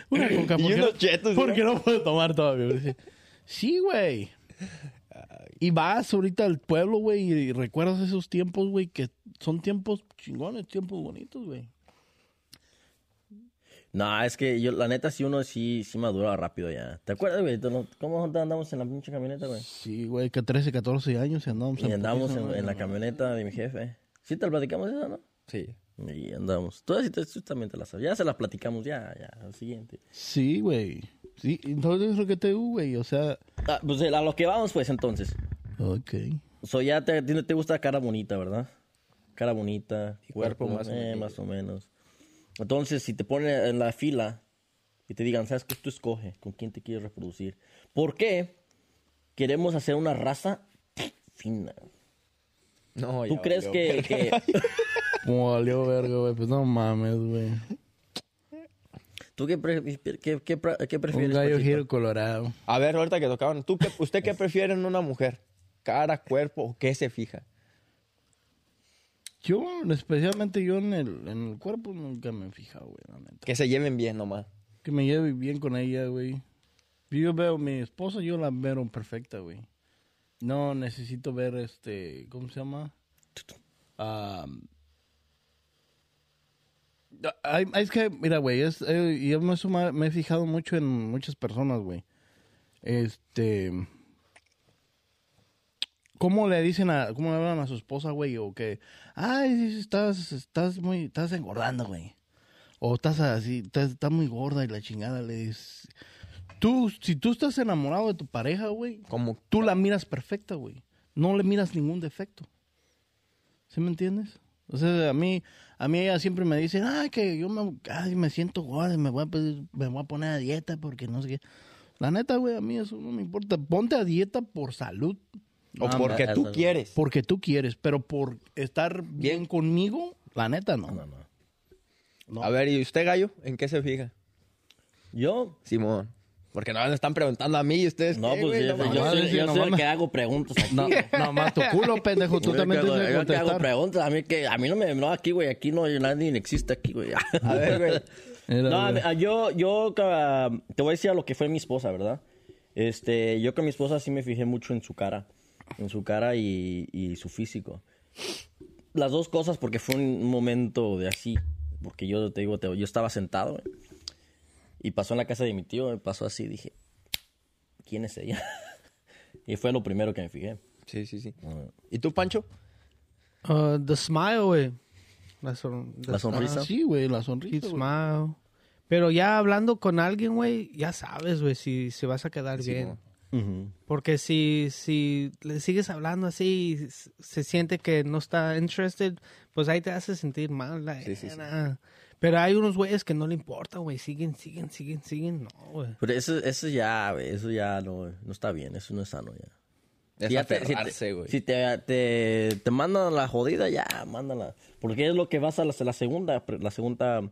Speaker 1: Una coca,
Speaker 2: Y
Speaker 1: porque,
Speaker 2: unos chetos,
Speaker 1: porque no puedo tomar todavía. Dice, Sí, güey. Y vas ahorita al pueblo, güey, y recuerdas esos tiempos, güey, que son tiempos chingones, tiempos bonitos, güey.
Speaker 3: No, es que yo, la neta, si uno sí, sí madura rápido ya. ¿Te acuerdas, güey? Tú no- ¿Cómo andamos en la pinche camioneta, güey?
Speaker 1: Sí, güey, que 13, 14 años y andábamos
Speaker 3: Y andamos
Speaker 1: putiza,
Speaker 3: Pues en,
Speaker 1: güey.
Speaker 3: en la camioneta de mi jefe. Sí, te lo platicamos eso, ¿no?
Speaker 2: Sí.
Speaker 3: Y andamos. Tú, sí te- tú también te la sabes. Ya se las platicamos, ya, ya, al siguiente.
Speaker 1: Sí, güey. Sí, entonces es lo que te digo, güey, o sea...
Speaker 3: Ah, pues a lo que vamos, pues, entonces.
Speaker 1: Ok.
Speaker 3: So, ya te, ti- te gusta cara bonita, ¿verdad? Cara bonita.
Speaker 2: Y cuerpo más o
Speaker 3: eh,
Speaker 2: menos.
Speaker 3: más o menos. Entonces, si te ponen en la fila y te digan, ¿sabes qué? Tú escoge con quién te quieres reproducir. ¿Por qué queremos hacer una raza fina?
Speaker 2: No,
Speaker 3: ¿Tú
Speaker 2: ya
Speaker 3: crees
Speaker 2: valió,
Speaker 3: que,
Speaker 2: verga.
Speaker 3: que-
Speaker 1: Como valió verga, güey, pues no mames, güey.
Speaker 3: ¿Tú qué, pre- qué- qué pra- qué
Speaker 1: Un
Speaker 3: prefieres?
Speaker 1: gallo
Speaker 3: Pachito?
Speaker 1: giro colorado.
Speaker 2: A ver, ahorita que tocaban. ¿tú qué- ¿Usted qué prefiere en una mujer? ¿Cara, cuerpo o qué se fija?
Speaker 1: Yo, especialmente yo en el, en el cuerpo nunca me he fijado, güey, la neta.
Speaker 2: Que se lleven bien nomás.
Speaker 1: Que me lleve bien con ella, güey. Yo veo a mi esposa, yo la veo perfecta, güey. No necesito ver, este, ¿cómo se llama? Am, ay, ay, es que, mira, güey, es, eh, yo me, he suma- me he fijado mucho en muchas personas, güey. Este... ¿Cómo le dicen a, cómo le hablan a su esposa, güey? O que, ay, estás, estás muy, estás engordando, güey. O estás así, estás, estás muy gorda y la chingada le dices. Tú, si tú estás enamorado de tu pareja, güey,
Speaker 2: Como
Speaker 1: tú la miras perfecta, güey. No le miras ningún defecto. ¿Sí me entiendes? O sea, a mí, a mí ella siempre me dice, ay, que yo me, ay, me siento gorda y me voy, a, pedir- me voy a poner a dieta porque no sé qué. La neta, güey, a mí eso no me importa. Ponte a dieta por salud.
Speaker 2: O
Speaker 3: No,
Speaker 2: porque
Speaker 3: no,
Speaker 2: tú
Speaker 3: no, no.
Speaker 2: quieres.
Speaker 1: Porque tú quieres, pero por estar bien conmigo, la neta, no.
Speaker 3: No, no.
Speaker 1: No.
Speaker 2: A ver, ¿y usted, gallo? ¿En qué se fija?
Speaker 3: Yo
Speaker 2: Simón. Porque no me están preguntando a mí y ustedes.
Speaker 3: No,
Speaker 2: ¿qué,
Speaker 3: pues
Speaker 2: güey?
Speaker 3: yo,
Speaker 2: No
Speaker 3: yo
Speaker 1: mames.
Speaker 3: soy, yo
Speaker 1: Ah, No
Speaker 3: soy el
Speaker 1: mames.
Speaker 3: que hago preguntas aquí.
Speaker 1: No, no más tu culo, pendejo. Tú
Speaker 3: Yo
Speaker 1: también
Speaker 3: el que hago-
Speaker 1: tienes que
Speaker 3: yo el que hago
Speaker 1: contestar.
Speaker 3: preguntas. A mí, que, a mí no me... No, aquí, güey. Aquí no, nadie existe aquí, güey.
Speaker 2: A ver, güey.
Speaker 1: Mira,
Speaker 3: No, a
Speaker 1: güey.
Speaker 3: ver, yo, yo ah, te voy a decir a lo que fue mi esposa, ¿verdad? Este, yo con mi esposa sí me fijé mucho en su cara, en su cara y, y su físico. Las dos cosas porque fue un momento de así, porque yo te digo, te- yo estaba sentado güey, y pasó en la casa de mi tío, y pasó así, dije, ¿quién es ella? y fue lo primero que me fijé.
Speaker 2: Sí, sí, sí. ¿Y tú, Pancho?
Speaker 4: Uh, the smile, güey. La, son-
Speaker 3: La sonrisa.
Speaker 1: Ah, sí, güey, la sonrisa.
Speaker 4: Keep
Speaker 1: güey.
Speaker 4: smile. Pero ya hablando con alguien, güey, ya sabes, güey, si, si vas a quedar
Speaker 2: Sí,
Speaker 4: bien.
Speaker 2: mo.
Speaker 3: Ujú.
Speaker 4: Porque si, si le sigues hablando así y s- se siente que no está interested, pues ahí te hace sentir mal. la
Speaker 2: Sí, sí, sí.
Speaker 4: neta. Pero hay unos güeyes que no le importa, güey. Siguen, siguen, siguen, siguen. No, güey.
Speaker 3: Pero eso, eso ya, güey, eso ya no, no está bien, eso no es sano ya.
Speaker 2: Es
Speaker 3: Si ya te- si te-
Speaker 2: aferrarse, güey.
Speaker 3: Si te, te, te mandan la jodida, ya, mándala. Porque es lo que vas a la, la segunda, pre- la segunda...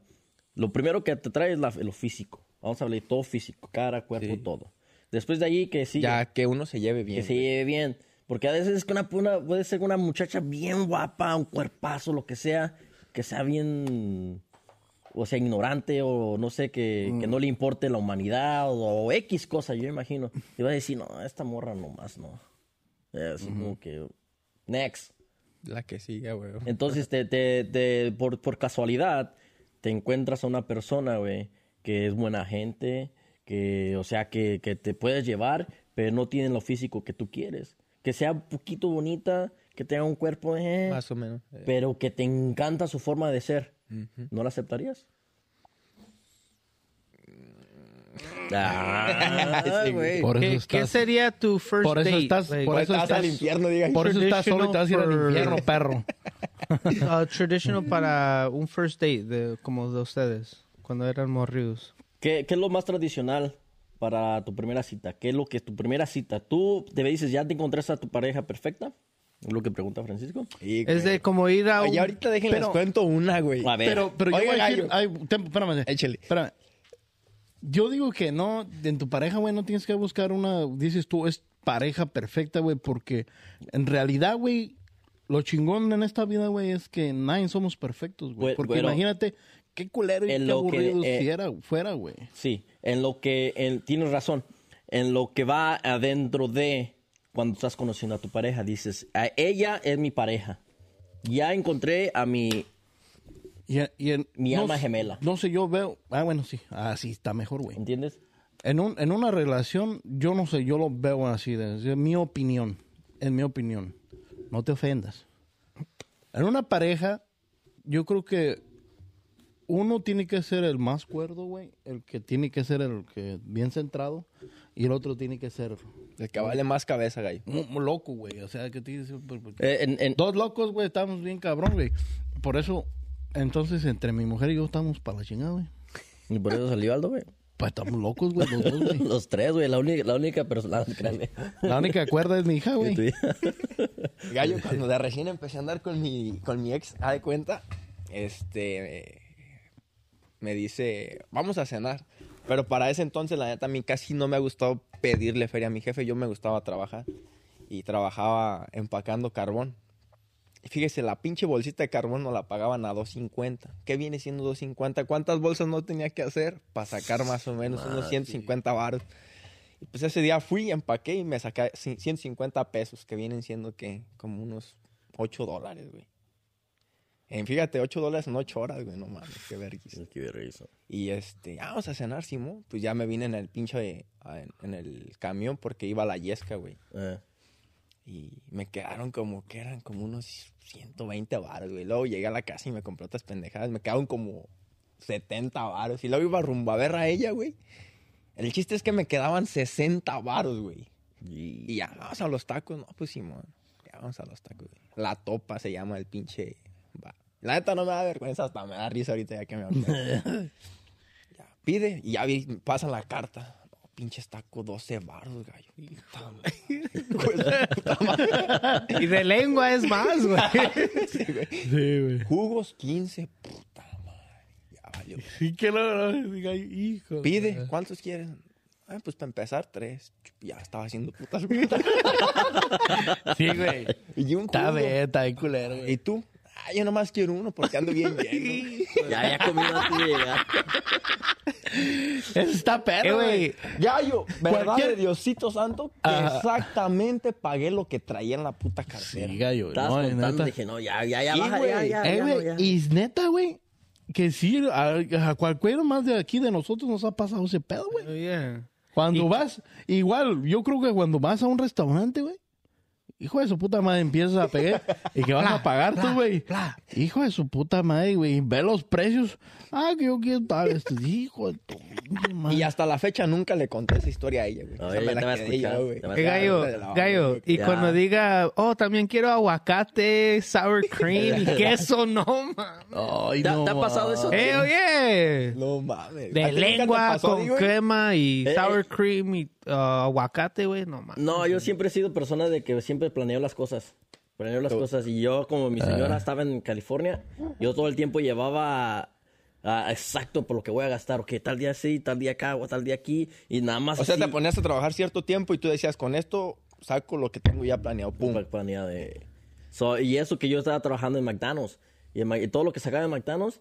Speaker 3: Lo primero que te trae es la- lo físico. Vamos a hablar de todo físico, cara, cuerpo, todo. Después de allí que sí,
Speaker 2: Ya que uno se lleve
Speaker 3: que
Speaker 2: bien.
Speaker 3: se lleve bien. Porque a veces que una, una- puede ser una muchacha bien guapa, un cuerpazo, lo que sea, que sea bien, o sea, ignorante o no sé, que, que no le importe la humanidad o, X cosa, yo imagino. Y va a decir, no, esta morra nomás no. Es como que, next.
Speaker 2: La que sigue, güey.
Speaker 3: Entonces, te, te- te- por, por casualidad, te encuentras a una persona, güey, que es buena gente, que, o sea, que, que te puedes llevar, pero no tiene lo físico que tú quieres. Que sea un poquito bonita, que tenga un cuerpo, eh,
Speaker 2: Más o menos. Eh,
Speaker 3: pero que te encanta su forma de ser. ¿No la aceptarías? Ah,
Speaker 2: sí,
Speaker 3: güey.
Speaker 1: Por
Speaker 4: ¿Qué,
Speaker 1: eso
Speaker 4: qué
Speaker 1: estás.
Speaker 4: sería tu first
Speaker 1: Por eso
Speaker 4: date?
Speaker 1: estás-
Speaker 4: Like,
Speaker 1: por
Speaker 2: Por
Speaker 1: eso
Speaker 2: eso vas
Speaker 1: estás-
Speaker 2: al infierno, diga.
Speaker 1: Por eso estás solo y te vas a ir al
Speaker 4: Traditional
Speaker 1: infierno,
Speaker 4: for-
Speaker 1: perro.
Speaker 4: uh, traditional para un first date de, como de ustedes, cuando eran morridos.
Speaker 3: ¿Qué, qué es lo más tradicional para tu primera cita? ¿Qué es lo que es tu primera cita? ¿Tú te dices, ya te encontraste a tu pareja perfecta? Es lo que pregunta Francisco.
Speaker 2: Y,
Speaker 4: Es
Speaker 2: güey.
Speaker 4: de como ir a un...
Speaker 2: Oye, ahorita déjenles
Speaker 1: pero-
Speaker 2: cuento una, güey.
Speaker 3: A ver.
Speaker 1: Pero, pero yo
Speaker 2: Oiga,
Speaker 1: voy a decir-
Speaker 2: gallo.
Speaker 1: ay, tem- espérame.
Speaker 2: Échale.
Speaker 1: espérame. Yo digo que no, en tu pareja, güey, no tienes que buscar una, dices tú, es pareja perfecta, güey, porque en realidad, güey, lo chingón en esta vida, güey, es que nadie somos perfectos, güey.
Speaker 3: Güey,
Speaker 1: Porque
Speaker 3: güero,
Speaker 1: imagínate qué culero y
Speaker 3: en
Speaker 1: qué
Speaker 3: lo que,
Speaker 1: aburrido
Speaker 3: eh,
Speaker 1: si era- fuera, güey.
Speaker 3: Sí, en lo que en- tienes razón. En lo que va adentro de cuando estás conociendo a tu pareja, dices, a ella es mi pareja. Ya encontré a mi.
Speaker 1: Y, y en-
Speaker 3: Mi
Speaker 1: no
Speaker 3: alma
Speaker 1: sé-
Speaker 3: gemela.
Speaker 1: No sé, yo veo, ah, bueno, sí, así está mejor, güey.
Speaker 3: ¿Entiendes?
Speaker 1: En, un- en una relación, yo no sé, yo lo veo así, desde mi opinión, en mi opinión. No te ofendas. En una pareja, yo creo que uno tiene que ser el más cuerdo, güey, el que tiene que ser el que bien centrado, y el otro tiene que ser
Speaker 2: El que vale más cabeza, gallo.
Speaker 1: un- un loco, güey. O sea, que tiene que ser... por- por-
Speaker 3: Eh, en- en-
Speaker 1: pues, Dos locos, güey, estamos bien cabrón, güey. Por eso, entonces, entre mi mujer y yo estamos para la chingada, güey.
Speaker 3: y por eso salió Aldo, güey.
Speaker 1: Pues estamos locos, güey, los dos, güey.
Speaker 3: Los tres, güey. La única, la única persona.
Speaker 1: La única cuerda es mi hija, güey.
Speaker 2: Gallo, cuando de recién empecé a andar con mi, con mi ex, a de cuenta, este, me dice, vamos a cenar. Pero para ese entonces, la neta, a mí casi no me ha gustado pedirle feria a mi jefe. Yo me gustaba trabajar y trabajaba empacando carbón. Y fíjese, la pinche bolsita de carbón no la pagaban a 2.50. ¿Qué viene siendo 2.50? ¿Cuántas bolsas no tenía que hacer para sacar más o menos unos 150 baros? Y pues ese día fui, empaqué y me saqué ci- 150 pesos, que vienen siendo que como unos 8 dólares, güey. En fíjate, 8 dólares en 8 horas, güey, no mames, qué vergüenza. Y este, ah, vamos a cenar, Simón. Pues ya me vine en el pinche, de- a- en, en el camión porque iba a la yesca, güey.
Speaker 3: Ah.
Speaker 2: Y me quedaron como que eran como unos 120 baros, güey. Luego llegué a la casa y me compré otras pendejadas. Me quedaron como 70 baros. Y luego iba rumbo a ver a ella, güey. El chiste es que me quedaban 60 baros, güey. Y ya, vamos a los tacos. No, pues Simón, ya vamos a los tacos. güey. La topa se llama el pinche. va. La neta no me da vergüenza, hasta me da risa ahorita ya que me acuerdo. ya, pide y ya vi, pasa la carta. No, pinches tacos, 12 baros, gallo. Puta madre. Puta madre.
Speaker 4: Y de lengua es más, güey.
Speaker 2: Sí, güey.
Speaker 1: Sí, güey.
Speaker 2: Jugos 15, puta madre. Ya valió.
Speaker 1: Sí, que la diga, hijo.
Speaker 2: Pide, ¿cuántos quieres? Ah, pues para empezar, tres. Chup, Ya estaba haciendo putas. güey.
Speaker 1: Sí, güey.
Speaker 2: y un
Speaker 1: Está
Speaker 2: jugo.
Speaker 1: bien, está bien culero, güey.
Speaker 2: ¿Y tú? Ah, yo nomás quiero uno porque ando bien lleno.
Speaker 3: Ya, ya comí antes de llegar.
Speaker 1: Eso está
Speaker 4: Eh,
Speaker 1: perro, güey.
Speaker 4: güey.
Speaker 2: Gallo, verdad
Speaker 1: Cualquier-
Speaker 2: de Diosito Santo, que
Speaker 4: Ah.
Speaker 1: Ajá.
Speaker 2: exactamente pagué lo que traía en la puta cartera.
Speaker 1: Sí, gallo.
Speaker 3: Estabas
Speaker 1: pues, No, eh,
Speaker 3: contando,
Speaker 1: neta.
Speaker 3: dije, no, ya, ya, ya,
Speaker 2: Sí,
Speaker 3: baja,
Speaker 2: güey.
Speaker 3: ya, ya,
Speaker 1: Eh,
Speaker 3: ya,
Speaker 1: güey,
Speaker 3: no, ya.
Speaker 1: y es neta, güey, que sí, a, a cualquiera más de aquí de nosotros nos ha pasado ese pedo, güey.
Speaker 4: Oye,
Speaker 1: Cuando vas, igual, yo creo que cuando vas a un restaurante, güey, hijo de su puta madre, empiezas a pegar y que vas a pagar tú, güey. Hijo de su puta madre, güey, y ve los precios. Ah, que yo quiero tal, este, hijo de tu pinche madre.
Speaker 2: Y hasta la fecha nunca le conté esa historia a ella, güey.
Speaker 3: A
Speaker 2: O sea,
Speaker 3: ver,
Speaker 2: me
Speaker 3: ya
Speaker 2: la
Speaker 3: te va a
Speaker 2: quedé
Speaker 3: escuchar,
Speaker 2: yo, Pues güey.
Speaker 3: te va a
Speaker 4: eh, gallo, gallo, y
Speaker 3: Ya.
Speaker 4: cuando diga, oh, también quiero aguacate, sour cream y queso, no, mames.
Speaker 1: Ay,
Speaker 3: ¿Te-
Speaker 1: no,
Speaker 3: te ha pasado eso?
Speaker 1: ma.
Speaker 4: Eh, oye.
Speaker 2: No mames. ¿A
Speaker 4: De
Speaker 2: ti nunca te
Speaker 4: lengua
Speaker 2: pasó,
Speaker 4: con
Speaker 2: güey?
Speaker 4: crema y
Speaker 3: Eh,
Speaker 4: sour
Speaker 3: eh.
Speaker 4: cream y ah, aguacate, güey, no mames.
Speaker 3: No, yo siempre he sido persona de que siempre planeo las cosas. Planeo las cosas. Y yo, como mi señora estaba en California, yo todo el tiempo llevaba ah, exacto por lo que voy a gastar. Ok, tal día sí, tal día acá, o tal día aquí. Y nada más.
Speaker 2: O sea,
Speaker 3: así,
Speaker 2: te ponías a trabajar cierto tiempo y tú decías, con esto saco lo que tengo ya planeado. Pum.
Speaker 3: pa- planeado, eh. So, y eso que yo estaba trabajando en McDonald's. Y, en Mac- y todo lo que sacaba de McDonald's,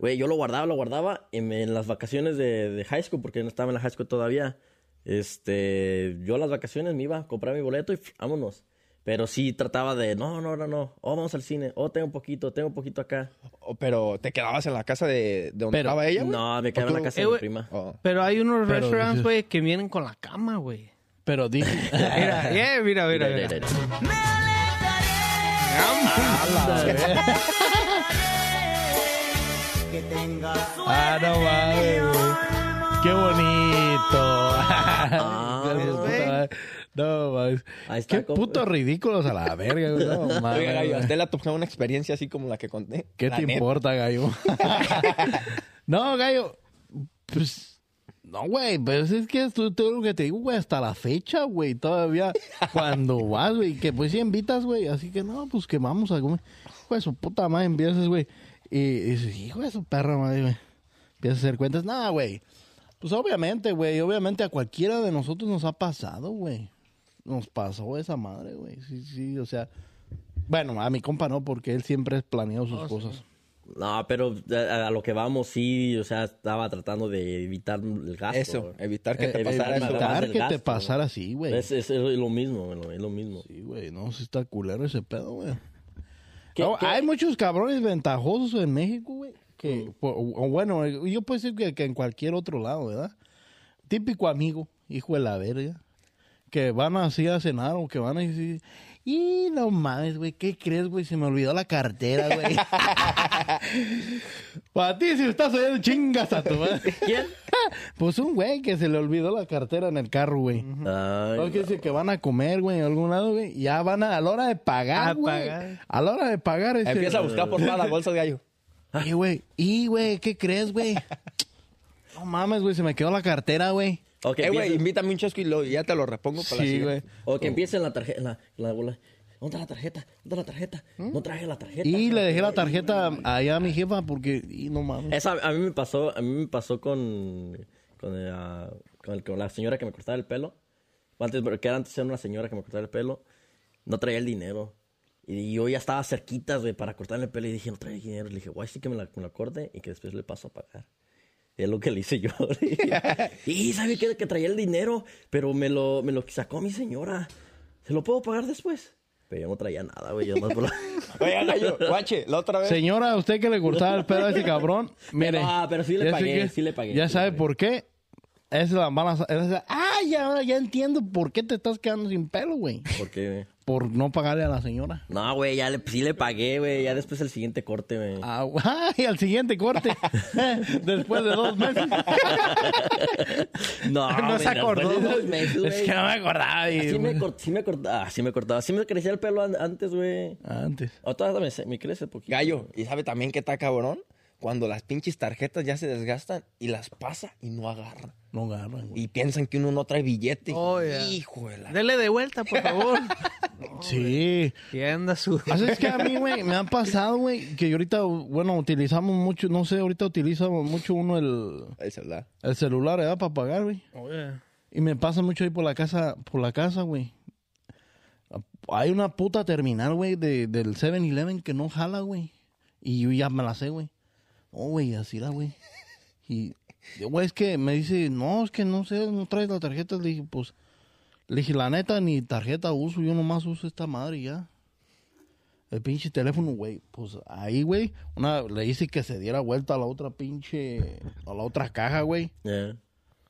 Speaker 3: güey, yo lo guardaba, lo guardaba. En, en las vacaciones de, de high school, porque no estaba en la high school todavía. Este, yo las vacaciones me iba a comprar mi boleto y pf, vámonos. Pero sí trataba de, no, no, no, no. Oh, vamos al cine. Oh, tengo un poquito, tengo un poquito acá.
Speaker 2: O- Pero te quedabas en la casa de, de donde
Speaker 1: Pero-
Speaker 2: estaba ella, güey?
Speaker 3: No, me quedaba en la casa
Speaker 4: Eh,
Speaker 3: de mi
Speaker 4: güey.
Speaker 3: prima.
Speaker 2: Oh.
Speaker 4: Pero hay unos
Speaker 1: Pero
Speaker 4: restaurantes,
Speaker 1: dices-
Speaker 4: güey, que vienen con la cama, güey.
Speaker 1: ah, Pero dije...
Speaker 4: Mira, yeah, mira, mira, mira.
Speaker 1: Ah, no mames, güey. Qué bonito. Hijo de su puta
Speaker 4: güey.
Speaker 1: madre. no mames.
Speaker 3: Ah. Ahí está,
Speaker 1: Qué
Speaker 3: compa.
Speaker 1: putos ridículos a la verga, güey. No mames.
Speaker 2: Oiga, gallo, ¿a
Speaker 1: güey.
Speaker 2: usted le ha tocado una experiencia así como la que conté?
Speaker 1: ¿Qué
Speaker 2: La
Speaker 1: te
Speaker 2: neta.
Speaker 1: importa, gallo? no, gallo. Pues No, güey, pero es que esto todo lo que te digo, güey, hasta la fecha, güey, todavía cuando vas, güey, que pues si invitas, güey, así que no, pues que vamos a comer. Güey, su puta madre empiezas, güey. Y, y dices, hijo de su perra madre, güey. Empiezas a hacer cuentas, nada, güey. Pues obviamente, güey, obviamente a cualquiera de nosotros nos ha pasado, güey. Nos pasó esa madre, güey. Sí, sí, o sea. Bueno, a mi compa no, porque él siempre ha planeado sus cosas.
Speaker 3: No, pero a, a lo que vamos, sí, o sea, estaba tratando de evitar el gasto.
Speaker 2: Eso, evitar que
Speaker 3: Eh,
Speaker 2: te
Speaker 3: eh,
Speaker 2: pasara
Speaker 3: evitar-
Speaker 2: eso.
Speaker 3: nada más
Speaker 1: Evitar
Speaker 3: del
Speaker 1: que te
Speaker 3: gasto,
Speaker 1: pasara así, güey.
Speaker 3: Es, es- es lo mismo, bueno, es lo mismo.
Speaker 1: Sí, güey, no, sí está culero ese pedo, güey.
Speaker 3: ¿Qué-
Speaker 1: No,
Speaker 3: qué-
Speaker 1: Hay muchos cabrones ventajosos en México, güey.
Speaker 3: Mm.
Speaker 1: Que, o- o bueno, yo puedo decir que, que en cualquier otro lado, ¿verdad? Típico amigo, hijo de la verga. Que van así a cenar o que van a decir, y no mames, güey, ¿qué crees, güey? Se me olvidó la cartera, güey. Para ti, si estás oyendo, chingas a tu madre.
Speaker 3: ¿Quién?
Speaker 1: Pues un güey que se le olvidó la cartera en el carro, güey.
Speaker 3: Ay,
Speaker 1: No, que dice que van a comer, güey, en algún lado, güey. Ya van a, a la hora de
Speaker 4: A
Speaker 1: pagar, güey.
Speaker 4: pagar.
Speaker 1: A la hora de pagar. Ese,
Speaker 2: Empieza a buscar por todas las bolsas de gallo.
Speaker 1: Ay, güey. Y, güey, ¿qué crees, güey? No mames, güey, se me quedó la cartera, güey.
Speaker 3: o que
Speaker 2: eh, güey,
Speaker 3: empiece-
Speaker 2: invítame un chasco y lo- y ya te lo repongo para la
Speaker 1: Sí,
Speaker 2: siguiente.
Speaker 1: güey.
Speaker 3: o que empiece en la tarjeta, la, la bola. ¿Dónde está la tarjeta? ¿Dónde está la tarjeta? No traje la tarjeta.
Speaker 1: Y le dejé la tarjeta allá a mi jefa porque... Y no mames.
Speaker 3: Esa, a mí me pasó, a mí me pasó con, con, eh, ah, con, con la señora que me cortaba el pelo. Antes, pero que era antes era una señora que me cortaba el pelo. No traía el dinero. Y yo ya estaba cerquita, güey, para cortarle el pelo. Y dije, no traía dinero. Le dije, guay, sí que me la, me la corte y que después le paso a pagar. Y es lo que le hice yo. Le dije, y sabía que, que traía el dinero, pero me lo, me lo sacó mi señora. ¿Se lo puedo pagar después? Pero yo no traía nada, güey. Yo nomás por la-
Speaker 2: Oye, gallo, guache, la otra vez.
Speaker 1: Señora, a usted que le cortaba el pedo a ese cabrón, mire.
Speaker 3: Ah, pero sí le
Speaker 1: ya sé
Speaker 3: pagué, sí le pagué,
Speaker 1: Ya
Speaker 3: sí le
Speaker 1: sabe
Speaker 3: pagué.
Speaker 1: por qué. Es la mala... es la- ah, ya, ahora ya entiendo por qué te estás quedando sin pelo, güey.
Speaker 3: ¿Por qué, güey?
Speaker 1: Por no pagarle a la señora.
Speaker 3: No, güey, ya le, sí le pagué, güey. Ya después el siguiente corte, güey.
Speaker 1: Ah, ¡Ay! Al siguiente corte. Después de dos meses.
Speaker 3: No,
Speaker 4: No se
Speaker 3: güey,
Speaker 4: acordó.
Speaker 3: después de dos meses,
Speaker 1: es
Speaker 3: güey.
Speaker 1: que no me acordaba. y-
Speaker 3: Sí me, cort- sí me cortaba, ah, sí me cortaba. Sí me crecía el pelo an- antes, güey.
Speaker 1: Antes.
Speaker 3: O todavía me, se- me crece poquito.
Speaker 2: Gallo, ¿y sabe también que está cabrón? Cuando las pinches tarjetas ya se desgastan y las pasa y no agarra.
Speaker 1: No agarran, güey.
Speaker 2: Y piensan que uno no trae billete.
Speaker 4: Oh, yeah.
Speaker 2: Hijo de la...
Speaker 4: Dele de vuelta, por favor.
Speaker 1: Sí.
Speaker 4: Que anda su...
Speaker 1: Así es que a mí, güey, me han pasado, güey, que yo ahorita, bueno, utilizamos mucho, no sé, ahorita utilizamos mucho uno el,
Speaker 2: El celular.
Speaker 1: el celular, ¿verdad? Para pagar, güey. Y me pasa mucho ahí por la casa, por la casa, güey. Hay una puta terminal, güey, de, del 7-Eleven que no jala, güey. Y yo ya me la sé, güey. Oh, güey, así la, güey. Y, yo, güey, es que me dice, no, es que no sé, no traes la tarjeta. Le dije, pues, le dije, la neta, ni tarjeta uso, yo nomás uso esta madre y ya. El pinche teléfono, güey. Pues ahí, güey, una, le hice que se diera vuelta a la otra pinche, a la otra caja, güey
Speaker 3: Yeah.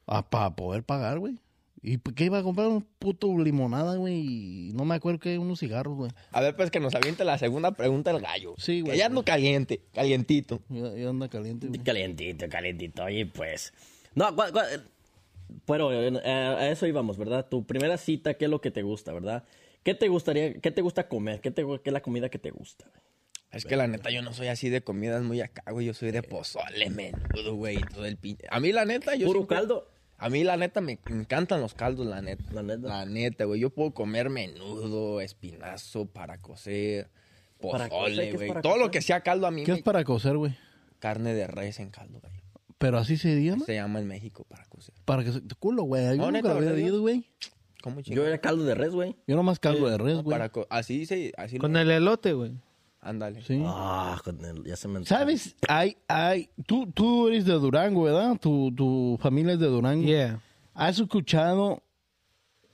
Speaker 1: Ah, para poder pagar, güey. ¿Y p- qué iba a comprar? Un puto limonada, güey. Y no me acuerdo que unos cigarros, güey.
Speaker 2: A ver, pues que nos aviente la segunda pregunta el gallo.
Speaker 1: Sí, güey.
Speaker 2: Que ya ando caliente, calientito.
Speaker 1: Ya, ya anda caliente, güey.
Speaker 3: Calientito, calientito. Y pues. No, gua- gua- eh, pero eh, a eso íbamos, ¿verdad? Tu primera cita, ¿qué es lo que te gusta, verdad? ¿Qué te gustaría, qué te gusta comer? ¿Qué, te, gu- qué es la comida que te gusta? güey?
Speaker 2: Es que la neta yo no soy así de comidas muy acá, güey. Yo soy de pozole, menudo, güey. y Todo el pinche... A mí la neta yo
Speaker 3: Puro
Speaker 2: siempre-
Speaker 3: caldo.
Speaker 2: A mí la neta me encantan los caldos, la neta.
Speaker 3: La neta.
Speaker 2: La neta, güey. Yo puedo comer menudo, espinazo, para cocer,
Speaker 3: ¿Para cocer? ¿Qué
Speaker 2: pozole,
Speaker 3: es
Speaker 2: güey.
Speaker 3: para
Speaker 2: Todo lo
Speaker 3: cocer?
Speaker 2: que sea caldo a mí.
Speaker 1: ¿Qué es
Speaker 2: me-
Speaker 1: para cocer, güey?
Speaker 2: Carne de res en caldo, güey.
Speaker 1: Pero así se llama.
Speaker 2: Se llama en México para cocer.
Speaker 1: Para que se... tu culo, güey. Yo
Speaker 2: No,
Speaker 1: nunca
Speaker 2: neta,
Speaker 1: lo había
Speaker 2: ¿verdad, Dios?
Speaker 1: oído, güey.
Speaker 2: ¿Cómo
Speaker 3: Yo
Speaker 2: chingados?
Speaker 3: era caldo de res, güey.
Speaker 1: Yo nomás caldo de res,
Speaker 2: No,
Speaker 1: güey.
Speaker 2: para co- así se así
Speaker 4: Con
Speaker 2: lo-
Speaker 4: el elote, güey.
Speaker 2: ándale.
Speaker 1: Sí.
Speaker 3: Ah, con el- ya se me antojó.
Speaker 1: ¿Sabes? Ay, ay. Tú, tú eres de Durango, ¿verdad? Tu, tu familia es de Durango.
Speaker 4: Yeah.
Speaker 1: ¿Has escuchado?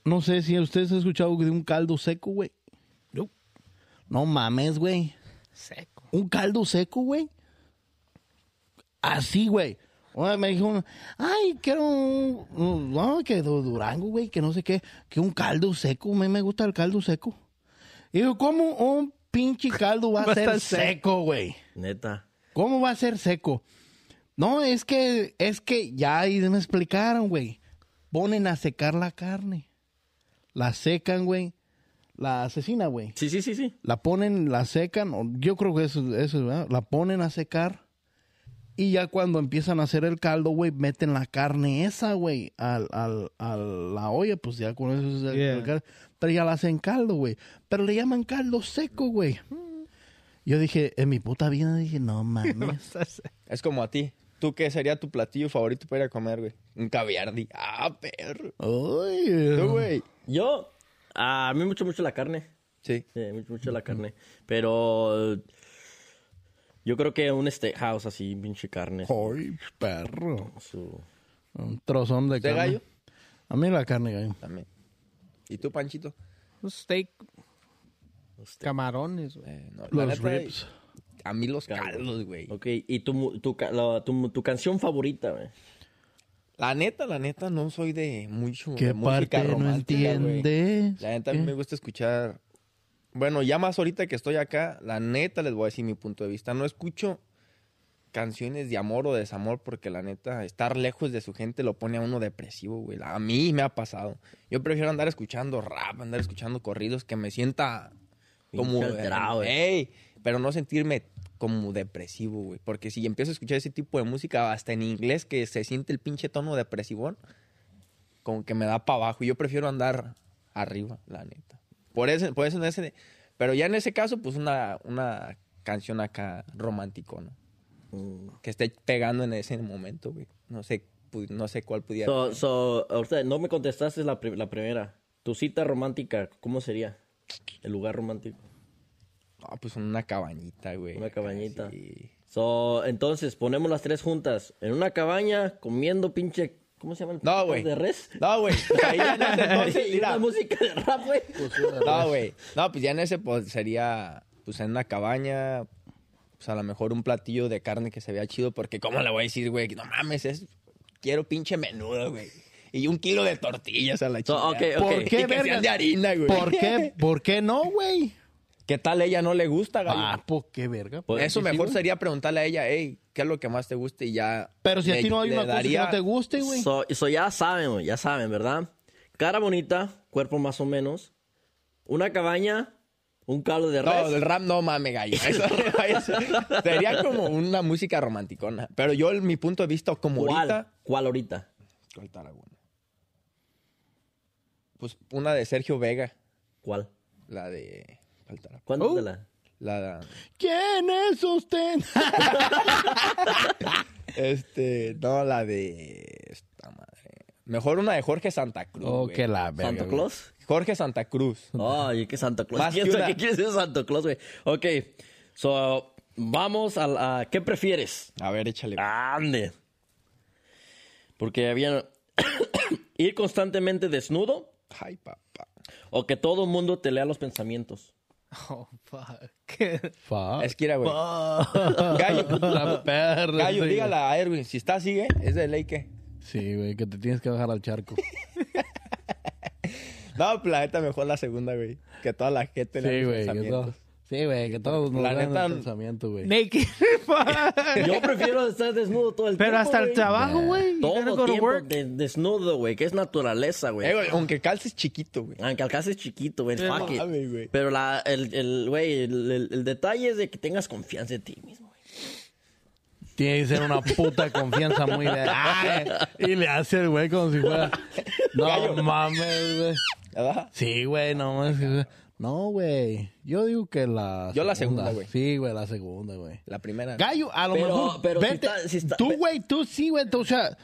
Speaker 1: No sé si ustedes han escuchado de un caldo seco, güey.
Speaker 4: No.
Speaker 1: No mames, güey.
Speaker 4: Seco.
Speaker 1: un caldo seco, güey. Así, güey. Una vez me dijo, uno, ay, quiero un, un- no, que de Durango, güey, que no sé qué, que un caldo seco, a mí me gusta el caldo seco. Y digo, ¿cómo un pinche caldo va a
Speaker 4: Va a
Speaker 1: ser
Speaker 4: estar seco.
Speaker 1: seco, güey?
Speaker 3: Neta.
Speaker 1: ¿Cómo va a ser seco? No, es que, es que ya ahí me explicaron, güey. Ponen a secar la carne. La secan, güey. La asesina, güey.
Speaker 3: Sí, sí, sí, sí.
Speaker 1: La ponen, la secan, o- yo creo que eso, eso ¿verdad? La ponen a secar Y ya cuando empiezan a hacer el caldo, güey, meten la carne esa, güey, al, al, a la olla, pues ya con eso es el-
Speaker 4: Yeah.
Speaker 1: el caldo. Pero ya la hacen caldo, güey. Pero le llaman caldo seco, güey. Yo dije, en mi puta vida, dije, no mames.
Speaker 2: Es como a ti. ¿Tú qué sería tu platillo favorito para ir a comer, güey? Un caviardi. Ah, perro.
Speaker 1: Uy,
Speaker 2: Tú, güey.
Speaker 3: Yo, a mí mucho, mucho la carne.
Speaker 2: Sí.
Speaker 3: Sí, mucho, mucho la carne. Pero eh, yo creo que un steakhouse así, pinche carne.
Speaker 2: Oh.
Speaker 1: Ay, perro.
Speaker 3: Su-
Speaker 1: Un trozón de
Speaker 2: ¿Usted,
Speaker 1: carne.
Speaker 2: gallo?
Speaker 1: A mí la carne, gallo.
Speaker 2: También. ¿Y tú, Panchito?
Speaker 4: Un steak. Camarones, güey.
Speaker 2: Eh, no, la
Speaker 1: Los
Speaker 2: neta,
Speaker 1: ribs.
Speaker 2: A mí los
Speaker 3: Caldo.
Speaker 2: caldos, güey.
Speaker 3: Ok, ¿y tu, mu- tu, ca- la- tu, tu canción favorita, güey?
Speaker 2: La neta, la neta, no soy de mucho
Speaker 1: ¿Qué
Speaker 2: de música
Speaker 1: parte no
Speaker 2: romántica, güey.
Speaker 1: entiendes?
Speaker 2: La neta, a mí
Speaker 1: ¿Qué?
Speaker 2: me gusta escuchar. Bueno, ya más ahorita que estoy acá, la neta les voy a decir mi punto de vista. No escucho canciones de amor o desamor porque la neta, estar lejos de su gente lo pone a uno depresivo, güey. A mí me ha pasado. Yo prefiero andar escuchando rap, andar escuchando corridos que me sienta como...
Speaker 3: Pinche alterado, güey.
Speaker 2: Ey, pero no sentirme como depresivo, güey. Porque si empiezo a escuchar ese tipo de música, hasta en inglés, que se siente el pinche tono depresivón, como que me da para abajo. Yo prefiero andar arriba, la neta. Por eso, por eso en ese... Pero ya en ese caso, pues una, una canción acá romántico, ¿no? Que esté pegando en ese momento, güey. No sé, pu- no sé cuál pudiera...
Speaker 3: So, so, ahorita no me contestaste la, pri- la primera. Tu cita romántica, ¿cómo sería? El lugar romántico.
Speaker 2: Ah, pues una cabañita, güey.
Speaker 3: Una cabañita.
Speaker 2: Sí.
Speaker 3: So, entonces, ponemos las tres juntas en una cabaña comiendo pinche... ¿Cómo se llama? el
Speaker 2: No,
Speaker 3: podcast
Speaker 2: güey.
Speaker 3: ¿De res?
Speaker 2: No, güey. Ahí ya en ese entonces,
Speaker 3: Y
Speaker 2: mira.
Speaker 3: una música de rap, güey.
Speaker 2: No, güey. No, pues ya en ese pues, sería, pues en una cabaña, pues a lo mejor un platillo de carne que se vea chido, porque ¿cómo le voy a decir, güey? No mames, es, quiero pinche menudo, güey. Y un kilo de tortillas a la chica.
Speaker 3: So, ok, ok.
Speaker 1: ¿Por
Speaker 2: Y
Speaker 1: qué,
Speaker 2: que
Speaker 1: verga?
Speaker 2: sean de harina, güey.
Speaker 1: ¿Por qué? ¿Por qué no, güey?
Speaker 2: ¿Qué tal ella no le gusta, gallo?
Speaker 1: Ah, pues qué verga.
Speaker 3: Pues,
Speaker 2: Eso
Speaker 3: sí,
Speaker 2: mejor
Speaker 3: güey.
Speaker 2: sería preguntarle a ella, hey, ¿qué es lo que más te gusta? Y ya.
Speaker 1: Pero si a
Speaker 2: le-
Speaker 1: ti no hay
Speaker 2: le
Speaker 1: una cosa que
Speaker 2: daría-
Speaker 1: no te guste, güey.
Speaker 3: So, so ya saben, güey, ya saben, ¿verdad? Cara bonita, cuerpo más o menos, una cabaña, un caldo de
Speaker 2: No,
Speaker 3: res.
Speaker 2: el rap no mames, gallo. Eso- eso- sería como una música romanticona. Pero yo, en mi punto de vista, como
Speaker 3: ¿Cuál?
Speaker 2: ahorita.
Speaker 3: ¿Cuál ahorita?
Speaker 2: ¿Cuál está la buena? Pues una de Sergio Vega,
Speaker 3: ¿Cuál?
Speaker 2: la de. ¿Cuál está la-
Speaker 3: ¿Cuándo te la?
Speaker 2: La.
Speaker 1: ¿Quién es usted?
Speaker 2: Este. No, la de. Esta madre. Mejor una de Jorge Santa Cruz.
Speaker 1: Oh,
Speaker 2: güey.
Speaker 1: que la verga.
Speaker 3: ¿Santa
Speaker 1: güey.
Speaker 3: Claus?
Speaker 2: Jorge Santa Cruz.
Speaker 3: Ay, qué Santa Claus.
Speaker 2: Más
Speaker 3: ¿Quién
Speaker 2: que
Speaker 3: sabe
Speaker 2: una-
Speaker 3: ¿Qué quieres decir Santa Claus, güey? Ok, so, vamos a, la- ¿Qué prefieres?
Speaker 2: A ver, échale.
Speaker 3: Ande. Porque había... ir constantemente desnudo
Speaker 2: Ay, papá.
Speaker 3: o que todo el mundo te lea los pensamientos.
Speaker 4: Oh, fuck.
Speaker 1: Fuck.
Speaker 2: Es que era, güey. Gallo.
Speaker 1: La perra.
Speaker 2: Gallo,
Speaker 1: sí.
Speaker 2: dígala a Erwin. Si está así, ¿eh? Es de ley que.
Speaker 1: Sí, güey, que te tienes que bajar al charco.
Speaker 2: No, pues, la neta, mejor la segunda, güey. Que toda la gente
Speaker 1: Sí,
Speaker 2: los
Speaker 1: güey, que
Speaker 2: pensamientos.
Speaker 1: todos. Sí, güey, que todos nos
Speaker 2: La
Speaker 1: dan
Speaker 2: neta-
Speaker 1: el pensamiento, güey.
Speaker 4: Naked. fuck.
Speaker 3: Yo prefiero estar desnudo todo el tiempo.
Speaker 4: Pero hasta el
Speaker 3: güey.
Speaker 4: trabajo, güey. You gotta
Speaker 3: Todo
Speaker 4: go to
Speaker 3: tiempo
Speaker 4: work.
Speaker 3: de- desnudo, güey, que es naturaleza, güey.
Speaker 2: Eh, güey, aunque calces chiquito, güey.
Speaker 3: Aunque alcances chiquito, güey,
Speaker 4: Pero-
Speaker 3: fuck it.
Speaker 2: Ay, güey.
Speaker 3: Pero la, el, el, güey, el, el- el detalle es de que tengas confianza en ti mismo, güey.
Speaker 1: Tiene que ser una puta confianza muy de. ¡Ay! Y le hace el güey como si fuera. No
Speaker 2: Gallo.
Speaker 1: mames, güey.
Speaker 2: ¿Verdad?
Speaker 1: Sí, güey, no mames. No, güey. Yo digo que la.
Speaker 2: Yo la segunda, güey.
Speaker 1: Sí, güey, la segunda, güey.
Speaker 2: La primera.
Speaker 1: Gallo, a lo
Speaker 3: Pero-
Speaker 1: mejor.
Speaker 3: pero si
Speaker 1: vete.
Speaker 3: está- si está-
Speaker 1: tú, güey, tú sí, güey. tú, O sea,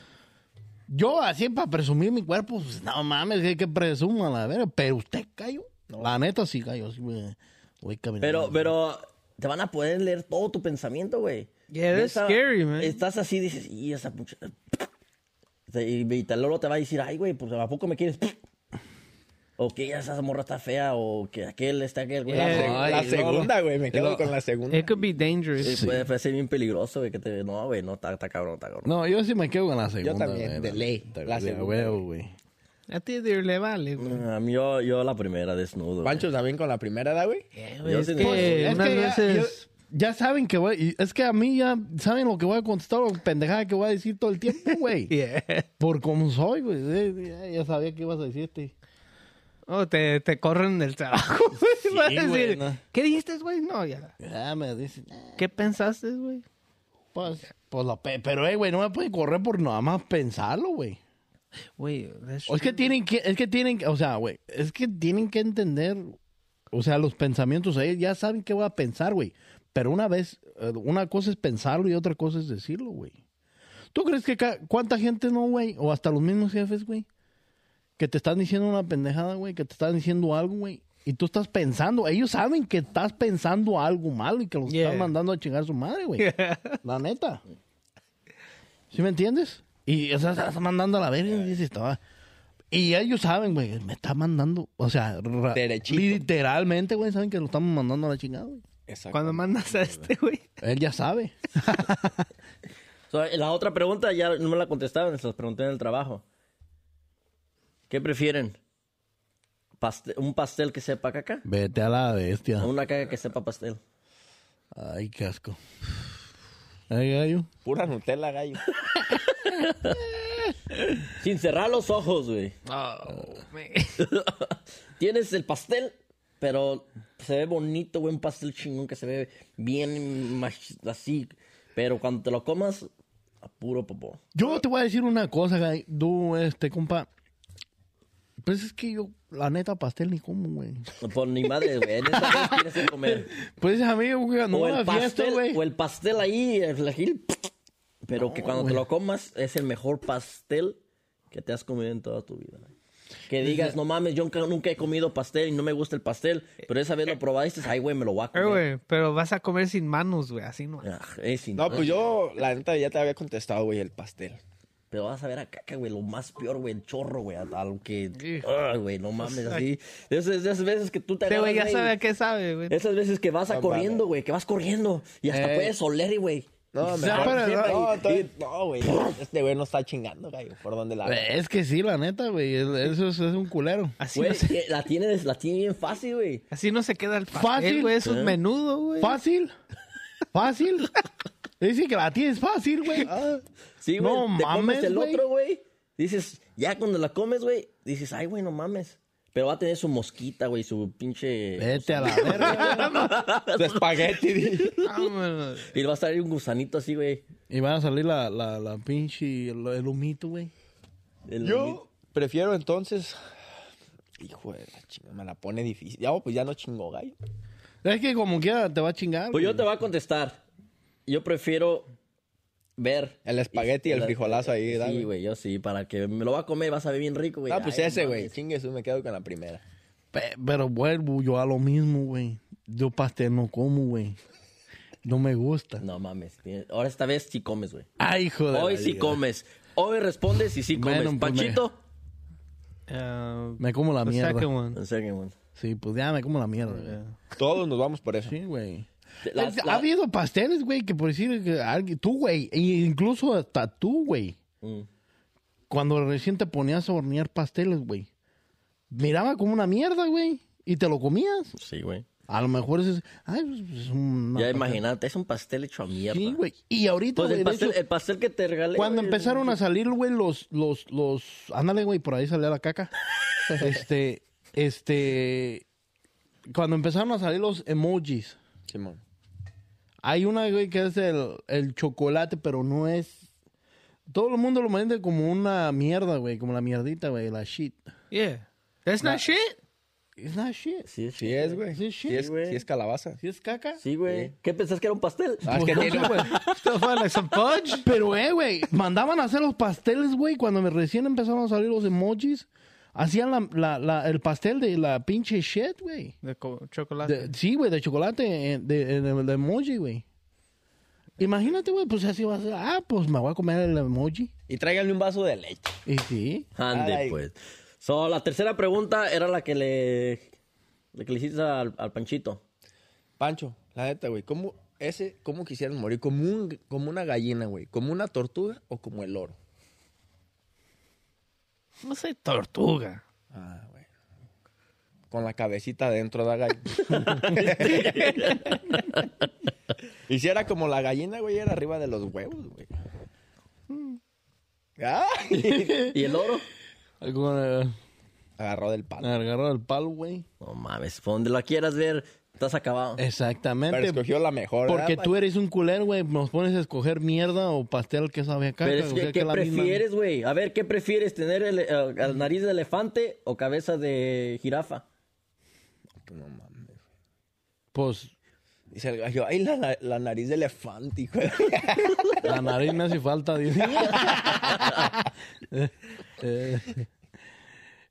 Speaker 1: yo así para presumir mi cuerpo, pues, no mames, que, que presuma la verga. Pero usted, gallo. La neta sí, gallo. Sí, güey. Voy caminando.
Speaker 3: Pero,
Speaker 4: Mm.
Speaker 3: pero te van a poder leer todo tu pensamiento, güey.
Speaker 4: Yeah, that's
Speaker 3: Esa-
Speaker 4: scary, man.
Speaker 3: Estás así, dices, y esa pucha. Y, y tal loro te va a decir, ay, güey, pues a poco me quieres. O que esa morra está fea, o que aquel está aquel, güey.
Speaker 2: La,
Speaker 4: Yeah.
Speaker 2: seg-
Speaker 1: Ay,
Speaker 2: la
Speaker 1: no. eh,
Speaker 2: segunda, güey. Me quedo
Speaker 1: No.
Speaker 2: con la segunda.
Speaker 4: It could be dangerous.
Speaker 3: Sí, Eh, Puede, puede ser bien peligroso, güey, que te... No, güey, no, está está cabrón, está cabrón.
Speaker 1: No, yo sí me quedo con la segunda.
Speaker 2: también,
Speaker 1: güey,
Speaker 2: de
Speaker 1: la-
Speaker 2: ley,
Speaker 1: de-
Speaker 2: la
Speaker 1: de
Speaker 2: segunda,
Speaker 1: huevo, güey.
Speaker 4: A ti de- le vale, güey.
Speaker 3: A mí yo, yo la primera desnudo. güey.
Speaker 2: Pancho también con la primera, ¿da, güey?
Speaker 4: Eh,
Speaker 3: Yo
Speaker 4: güey, Es
Speaker 3: sí-
Speaker 4: que
Speaker 3: Pues,
Speaker 1: Es
Speaker 4: unas
Speaker 1: que ya,
Speaker 4: veces.
Speaker 1: yo- ya saben que voy. y Es que a mí ya saben lo que voy a contestar, lo pendejada que voy a decir todo el tiempo, güey.
Speaker 4: Yeah.
Speaker 1: Por cómo soy, güey. Eh, Ya, ya sabía que ibas a este. decirte.
Speaker 4: Oh, te, te corren del trabajo, güey. Vas a
Speaker 1: güey,
Speaker 4: decir,
Speaker 1: no.
Speaker 4: ¿Qué dijiste, güey? No, ya.
Speaker 1: Ya me dicen. "Ah,
Speaker 4: ¿Qué pensaste, güey?
Speaker 1: Pues, pues la pe- pero, eh, güey, no me pueden correr por nada más pensarlo, güey.
Speaker 4: Güey, that's
Speaker 1: O es que tienen que, es que tienen, o sea, güey, es que tienen que entender, o sea, los pensamientos, ellos ya saben qué voy a pensar, güey. Pero una vez, eh, una cosa es pensarlo y otra cosa es decirlo, güey. ¿Tú crees que ca- cuánta gente no, güey? O hasta los mismos jefes, güey. Que te están diciendo una pendejada, güey. Que te están diciendo algo, güey. Y tú estás pensando. Ellos saben que estás pensando algo malo y que los
Speaker 4: Yeah.
Speaker 1: están mandando a chingar a su madre, güey. La neta. ¿Sí me entiendes? Y o sea, estás mandando a la verga y dices, estaba... Y ellos saben, güey, me está mandando, o sea, ra-
Speaker 2: Derechito.
Speaker 1: literalmente, güey, saben que lo estamos mandando a la chingada, güey.
Speaker 2: Exacto.
Speaker 4: Cuando mandas a este, güey.
Speaker 1: Él ya sabe.
Speaker 3: So, la otra pregunta ya no me la contestaron, se las pregunté en el trabajo. ¿Qué prefieren? Paste- ¿Un pastel que sepa caca?
Speaker 1: Vete a la bestia.
Speaker 3: ¿O una caca que sepa pastel?
Speaker 1: Ay, casco. Ay, gallo.
Speaker 2: Pura Nutella, gallo.
Speaker 3: Sin cerrar los ojos, güey.
Speaker 4: Oh,
Speaker 3: Tienes el pastel, pero se ve bonito, güey. Un pastel chingón que se ve bien mach- así. Pero cuando te lo comas, a puro popó.
Speaker 1: Yo te voy a decir una cosa, güey. Tú, este, compa. Pues es que yo, la neta, pastel ni como, güey.
Speaker 3: No por Pues ni madre, güey. En esa vez tienes que comer.
Speaker 1: Pues a mí, güey, no
Speaker 3: o,
Speaker 1: la
Speaker 3: el
Speaker 1: fiesta,
Speaker 3: pastel,
Speaker 1: güey.
Speaker 3: o el pastel ahí, el flagil. Pero que cuando te lo comas, es el mejor pastel que te has comido en toda tu vida. güey. Que digas, no mames, yo nunca, nunca he comido pastel y no me gusta el pastel. Pero esa vez lo probaste, ay, güey, me lo voy a
Speaker 4: Eh,
Speaker 3: comer.
Speaker 4: güey, pero vas a comer sin manos, güey, así no.
Speaker 3: Ah, eh, sin-
Speaker 2: No, pues yo, la neta, ya te había contestado, güey, el pastel.
Speaker 3: Pero vas a ver a caca, güey, lo más peor, güey, el chorro, güey, a- a lo que...
Speaker 4: Hijo.
Speaker 3: Ay, güey, no mames, así. De esas, de esas veces que tú te...
Speaker 4: Este güey ya
Speaker 3: agarras,
Speaker 4: sabe a qué sabe, güey.
Speaker 3: Esas veces que vas a
Speaker 2: No
Speaker 3: corriendo, güey, que vas corriendo y hasta
Speaker 1: Eh.
Speaker 3: puedes oler, y, güey.
Speaker 2: No, me
Speaker 1: Ya, pero no,
Speaker 2: no, entonces- no, güey. Este güey no está chingando, gallo. Por donde la.
Speaker 1: Eh, Es que sí, la neta, güey. es- Eso es, es un culero.
Speaker 4: Así,
Speaker 3: Güey,
Speaker 4: no se,
Speaker 3: eh, la tiene, la tiene bien fácil, güey.
Speaker 4: así no se queda el pastel,
Speaker 1: Fácil.
Speaker 4: güey. Eso
Speaker 3: Eh.
Speaker 4: es menudo, güey.
Speaker 1: Fácil. Fácil. Dice que la tienes fácil, güey. Ah.
Speaker 3: Sí, güey.
Speaker 1: No
Speaker 3: te comes
Speaker 1: mames,
Speaker 3: el
Speaker 1: güey.
Speaker 3: otro, güey. Dices, ya cuando la comes, güey, dices, ay, güey, no mames. Pero va a tener su mosquita, güey, su pinche...
Speaker 1: Vete a la verga.
Speaker 2: De espagueti. di.
Speaker 4: Ah, Vámonos.
Speaker 3: Y le va a salir un gusanito así, güey.
Speaker 1: Y van a salir la, la, la pinche, el, el humito, güey.
Speaker 3: El-
Speaker 2: Yo prefiero entonces. Hijo de la chingada, me la pone difícil. Ya, pues ya no chingo, gallo.
Speaker 1: Es que como quiera te va a chingar.
Speaker 3: Pues yo
Speaker 1: güey.
Speaker 3: te voy a contestar. Yo prefiero ver.
Speaker 2: El espagueti y el frijolazo ahí, ¿verdad,
Speaker 3: Sí,
Speaker 2: güey?
Speaker 3: güey, yo sí, para que me lo va a comer, vas a ver bien rico, güey.
Speaker 2: Ah, pues
Speaker 3: Ay,
Speaker 2: ese,
Speaker 3: no
Speaker 2: güey.
Speaker 3: mames.
Speaker 2: Chingue, su, me quedo con la primera.
Speaker 1: Pe- Pero vuelvo yo a lo mismo, güey. Yo pastel no como, güey. No me gusta.
Speaker 3: No mames. tiene- Ahora esta vez sí comes, güey.
Speaker 1: Ay, hijo de
Speaker 3: Hoy
Speaker 1: la
Speaker 3: sí
Speaker 1: vida.
Speaker 3: comes. Hoy respondes y sí comes.
Speaker 1: Bueno, pues,
Speaker 3: Panchito.
Speaker 4: Ah,
Speaker 1: Me como la
Speaker 4: the
Speaker 1: mierda.
Speaker 4: second one.
Speaker 3: En serio, güey.
Speaker 1: Sí, pues ya me como la mierda, güey.
Speaker 2: Todos nos vamos por eso.
Speaker 1: Sí, güey.
Speaker 3: La-
Speaker 1: Es-
Speaker 3: la-
Speaker 1: Ha habido pasteles, güey, que por decir que alguien, tú, güey, e incluso hasta tú, güey,
Speaker 3: Mm.
Speaker 1: cuando recién te ponías a hornear pasteles, güey, miraba como una mierda, güey, y te lo comías.
Speaker 3: Sí, güey.
Speaker 1: A lo mejor es, ay, pues, es una
Speaker 3: ya
Speaker 1: pastel-
Speaker 3: imagínate, es un pastel hecho a mierda.
Speaker 1: Sí, güey. Y ahorita,
Speaker 3: Pues
Speaker 1: güey,
Speaker 3: el
Speaker 1: de
Speaker 3: pastel,
Speaker 1: hecho,
Speaker 3: el pastel que te regalé.
Speaker 1: cuando
Speaker 3: güey,
Speaker 1: empezaron a salir, güey, los, los, los, ándale, güey, por ahí salía la caca. este, este, cuando empezaron a salir los emojis.
Speaker 2: Simón.
Speaker 1: Hay una, güey, que es el, el chocolate, pero no es. Todo el mundo lo maneja como una mierda, güey. Como la mierdita, güey. La shit.
Speaker 4: Yeah. That's not shit.
Speaker 1: It's not shit.
Speaker 3: Sí,
Speaker 2: Sí es, güey.
Speaker 1: Sí,
Speaker 2: Sí,
Speaker 1: sí,
Speaker 2: es,
Speaker 3: güey.
Speaker 2: sí es calabaza.
Speaker 1: ¿Sí es caca?
Speaker 3: Sí, güey. ¿Qué pensás que era un pastel?
Speaker 2: Ah, es que
Speaker 1: Pues no sé,
Speaker 2: tiene.
Speaker 1: güey.
Speaker 4: Stuff like some fudge.
Speaker 1: Pero, eh, güey. Mandaban a hacer los pasteles, güey. Cuando me- recién empezaron a salir los emojis, hacían la, la- la- el pastel de la pinche shit, güey.
Speaker 4: De co- chocolate.
Speaker 1: De- Sí, güey, de chocolate, eh, de, de- de- de emoji, güey. Imagínate, güey, pues así va a ser. Ah, pues me voy a comer el emoji.
Speaker 2: Y tráiganle un vaso de leche.
Speaker 1: Y sí.
Speaker 3: Ande,
Speaker 2: Ay.
Speaker 3: pues. So, la tercera pregunta era la que le, la que le hiciste al, al Panchito.
Speaker 2: Pancho, la neta, güey, ¿cómo, ese, ¿cómo quisieras morir? ¿Como, un, ¿Como una gallina, güey? ¿Como una tortuga o como el oro?
Speaker 4: No soy tortuga.
Speaker 2: Ah, güey. Con la cabecita dentro de la gallina. y si era como la gallina, güey, era arriba de los huevos, güey. Ay.
Speaker 3: ¿Y el oro?
Speaker 1: Algo, eh,
Speaker 2: Agarró del palo.
Speaker 1: agarrar el palo, güey.
Speaker 3: No mames, por donde la quieras ver, Estás acabado.
Speaker 1: Exactamente.
Speaker 2: Pero escogió la mejor. ¿verdad,
Speaker 1: Porque
Speaker 2: pa?
Speaker 1: tú eres un culero, güey. Nos pones a escoger mierda o pastel que sabe a caca.
Speaker 3: Pero es
Speaker 1: o
Speaker 3: que,
Speaker 1: sea,
Speaker 3: ¿qué
Speaker 1: la misma-
Speaker 3: prefieres, güey? A ver, ¿qué prefieres? ¿Tener el, eh, el nariz de elefante o cabeza de jirafa?
Speaker 2: No mames.
Speaker 1: Pues
Speaker 2: Dice el gallo, ay, la, la- la nariz de elefante, hijo. de-".
Speaker 1: la nariz me hace falta, dice. Eh,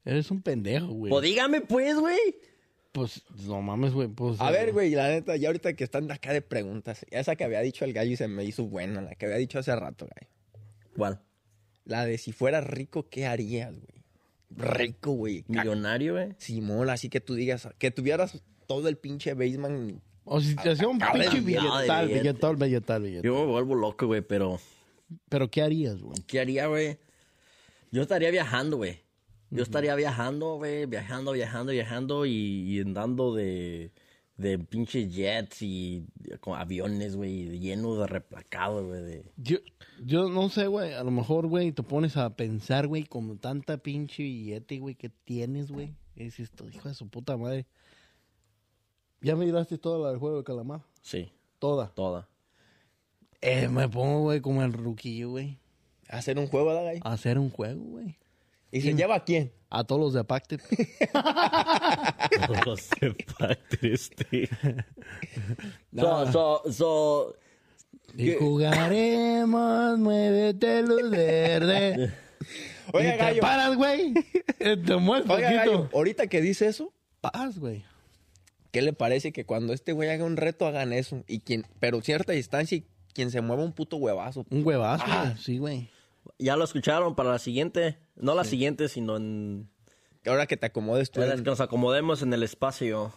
Speaker 1: eres un pendejo, güey.
Speaker 3: Pues dígame, pues, güey.
Speaker 1: Pues no mames, güey. Pues,
Speaker 2: A
Speaker 1: eh,
Speaker 2: ver, güey, la neta, ya ahorita que están acá de preguntas, esa que había dicho el gallo y se me hizo buena, la que había dicho hace rato, gallo.
Speaker 3: ¿Cuál?
Speaker 2: La de si fueras rico, ¿qué harías, güey? Rico, güey. Ca-
Speaker 3: Millonario, güey.
Speaker 2: Simón, así que tú digas, que tuvieras todo el pinche basement.
Speaker 1: O si te hacía un
Speaker 2: Cabrón,
Speaker 1: pinche
Speaker 3: Ah, ya, de
Speaker 1: billetal,
Speaker 3: billete.
Speaker 1: billetal, billetal, billetal.
Speaker 3: Yo me vuelvo loco, güey, pero
Speaker 1: Pero ¿qué harías, güey?
Speaker 3: ¿qué haría, güey? Yo estaría viajando, güey. Yo estaría viajando, güey, viajando, viajando, viajando y, y andando de, de pinches jets y con aviones, güey, lleno de replacado, güey. de-
Speaker 1: Yo, yo no sé, güey. A lo mejor, güey, te pones a pensar, güey, como tanta pinche billete, güey, que tienes, güey. Y dices, "Tú, hijo de su puta madre. Ya me miraste toda la del juego de calamar.
Speaker 3: Sí,
Speaker 1: Toda.
Speaker 3: toda.
Speaker 1: Eh, me pongo, güey, como el ruquillo, güey.
Speaker 2: Hacer un juego, ¿verdad, gallo?
Speaker 1: A hacer un juego, güey.
Speaker 2: ¿Y se lleva a quién?
Speaker 1: A todos los de Pacted.
Speaker 3: No se triste. So, so, so,
Speaker 1: y jugaremos, muévete luz verde. y
Speaker 2: Oiga,
Speaker 1: te
Speaker 2: gallo.
Speaker 1: paras, güey. Eh, Te mueves
Speaker 2: Oiga, gallo,
Speaker 1: poquito.
Speaker 2: ahorita que dice eso,
Speaker 1: Paz, güey.
Speaker 2: ¿qué le parece que cuando este güey haga un reto, hagan eso? Y quien, pero cierta distancia y quien se mueva un puto huevazo.
Speaker 1: Un huevazo,
Speaker 2: Ah.
Speaker 1: güey. sí, güey.
Speaker 3: ya lo escucharon para la siguiente. No la siguiente, sino en.
Speaker 2: Ahora que te acomodes tú.
Speaker 3: en el
Speaker 2: en-
Speaker 3: que nos acomodemos en el espacio.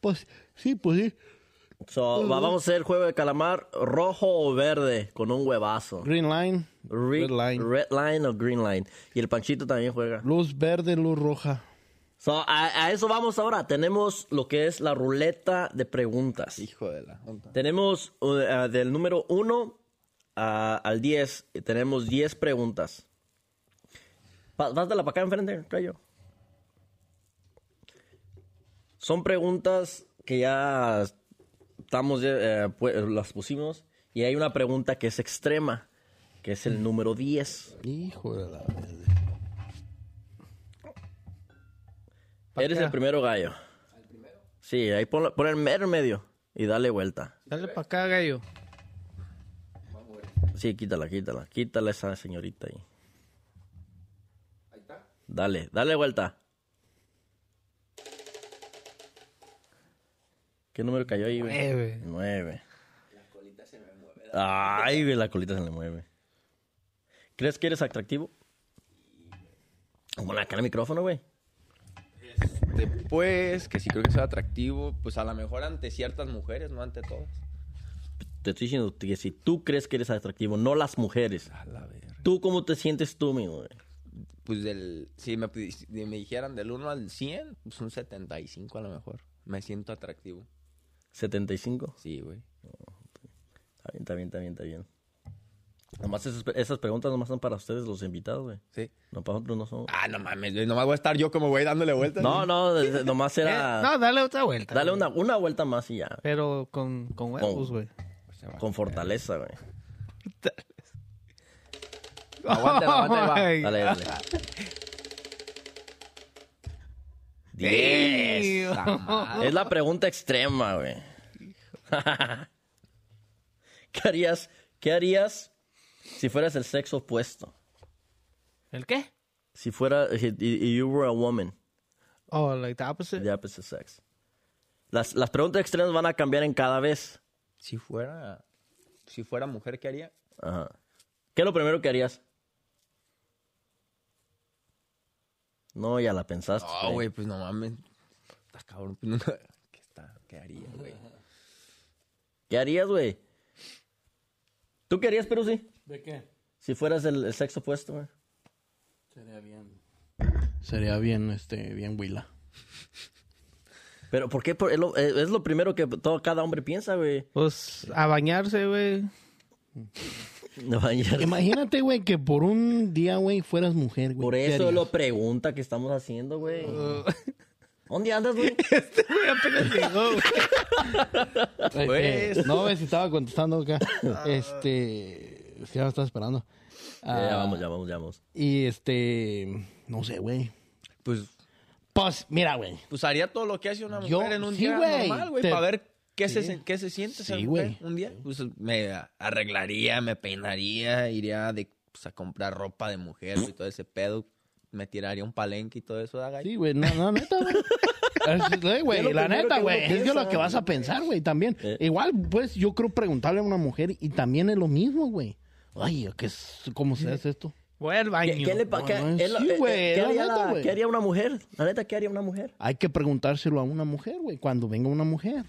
Speaker 1: Pues sí, pues sí.
Speaker 3: So, va- vamos a hacer juego de calamar rojo o verde con un huevazo.
Speaker 1: Green line,
Speaker 3: Re-
Speaker 1: red line.
Speaker 3: Red line o green line. Y el panchito también juega.
Speaker 1: Luz verde, luz roja.
Speaker 3: So, a, a eso vamos ahora. Tenemos lo que es la ruleta de preguntas.
Speaker 2: Hijo de la. onda.
Speaker 3: Tenemos uh, uh, del número 1 al 10, eh, tenemos 10 preguntas. Pa- Pásatela para acá enfrente, Cayo. Son preguntas que ya estamos, eh, pu- las pusimos. Y hay una pregunta que es extrema, que es el número 10.
Speaker 1: Hijo de la verde.
Speaker 3: Eres el primero, Gallo. ¿El primero? Sí, ahí pon, pon el mero medio y dale vuelta.
Speaker 4: Dale para acá, gallo.
Speaker 3: Sí, quítala, quítala. Quítala esa señorita ahí. Ahí está. Dale, dale vuelta. ¿Qué número cayó ahí, güey?
Speaker 4: Nueve.
Speaker 3: Nueve. La colita se me mueve. Ay, güey, la colita se le mueve. ¿Crees que eres atractivo? Pon acá el micrófono, güey.
Speaker 2: Este, pues, que sí creo que sea atractivo, pues a lo mejor ante ciertas mujeres, no ante todas.
Speaker 3: Te estoy diciendo que si tú crees que eres atractivo, no las mujeres.
Speaker 2: A la verga.
Speaker 3: ¿Tú cómo te sientes tú, mi güey?
Speaker 2: Pues del, si me, pudi- si me dijeran del 1 al 100, pues un 75 a lo mejor. Me siento atractivo.
Speaker 3: ¿75?
Speaker 2: Sí, güey.
Speaker 3: Está bien, está bien, está bien, está bien. Nomás esas, esas preguntas nomás son para ustedes, los invitados, güey.
Speaker 2: Sí.
Speaker 3: No, para nosotros no son.
Speaker 2: Ah, no mames, güey. Nomás voy a estar yo como güey dándole vueltas.
Speaker 3: No, no, de- de- nomás
Speaker 4: Eh,
Speaker 3: era...
Speaker 4: no, dale otra vuelta.
Speaker 3: Dale una, una vuelta más y ya.
Speaker 4: Pero con, con huevos, güey.
Speaker 2: Pues se va.
Speaker 3: Con fortaleza, güey.
Speaker 2: Aguántala, aguántala, ahí va.
Speaker 4: Ay,
Speaker 3: Dale, dale. Diez.
Speaker 2: Esa madre.
Speaker 3: Es la pregunta extrema, güey. ¿Qué harías, ¿Qué harías si fueras el sexo opuesto?
Speaker 4: ¿El qué?
Speaker 3: Si fuera... y- y- y you were a woman.
Speaker 4: Oh, like the opposite.
Speaker 3: The opposite sex. Las, las preguntas extremas van a cambiar en cada vez.
Speaker 2: Si fuera, si fuera mujer, ¿qué haría?
Speaker 3: Ajá. ¿Qué es lo primero que harías? No, ya la pensaste.
Speaker 1: Ah,
Speaker 2: No, güey, pues no mames. Estás cabrón. pues, no- ¿Qué, está? ¿Qué haría, güey?
Speaker 3: ¿Qué harías, güey? ¿Tú qué harías, Perusi?
Speaker 1: ¿De qué?
Speaker 3: Si fueras el, el sexo opuesto, güey.
Speaker 1: Sería bien. Sería bien, este, bien Willa.
Speaker 3: Pero, ¿por qué? Por- es, lo, eh, es lo primero que todo, cada hombre piensa, güey.
Speaker 4: Pues a bañarse, güey.
Speaker 3: No, ya-
Speaker 1: Imagínate, güey, que por un día, güey, fueras mujer, güey.
Speaker 3: Por
Speaker 1: ¿Qué
Speaker 3: eso
Speaker 1: harías?
Speaker 3: lo pregunta que estamos haciendo, güey. ¿Dónde andas, güey?
Speaker 4: Apenas llegó, güey.
Speaker 3: Pues.
Speaker 1: Este, no ves si estaba contestando acá. Este. es que ya me estaba esperando.
Speaker 3: Ya, ya
Speaker 1: Ah,
Speaker 3: vamos, ya vamos, ya vamos.
Speaker 1: Y este. No sé, güey.
Speaker 2: Pues,
Speaker 1: Pues, mira, güey.
Speaker 2: pues haría todo lo que hace una mujer
Speaker 1: Yo-
Speaker 2: en un
Speaker 1: sí,
Speaker 2: día
Speaker 1: güey.
Speaker 2: normal, güey,
Speaker 1: Te-
Speaker 2: para ver qué,
Speaker 1: sí.
Speaker 2: se, qué se siente ser
Speaker 1: Sí,
Speaker 2: mujer
Speaker 1: güey.
Speaker 2: un día. Pues me arreglaría, me peinaría, iría de, pues, a comprar ropa de mujer y todo ese pedo. Me tiraría un palenque y todo eso. haga-
Speaker 1: Sí, güey. No, no, neta, güey. Es- eh, güey,
Speaker 2: Es lo
Speaker 1: la
Speaker 2: primero
Speaker 1: neta,
Speaker 2: que
Speaker 1: güey.
Speaker 2: uno
Speaker 1: Es que
Speaker 2: piensa,
Speaker 1: lo que vas a pensar, güey, también.
Speaker 3: Eh.
Speaker 1: Igual, pues, yo creo preguntarle a una mujer y también es lo mismo, güey. Ay, ¿qué es, ¿cómo se hace esto?
Speaker 4: Voy al baño.
Speaker 3: ¿Qué, qué le pa-
Speaker 1: No,
Speaker 3: qué-
Speaker 1: no,
Speaker 3: es lo-
Speaker 1: sí,
Speaker 3: eh,
Speaker 1: güey,
Speaker 3: eh, ¿qué
Speaker 1: la
Speaker 3: haría
Speaker 1: neta,
Speaker 3: la-
Speaker 1: güey.
Speaker 3: ¿Qué haría una mujer? La neta, ¿qué haría una mujer?
Speaker 1: Hay que preguntárselo a una mujer, güey, cuando venga una mujer.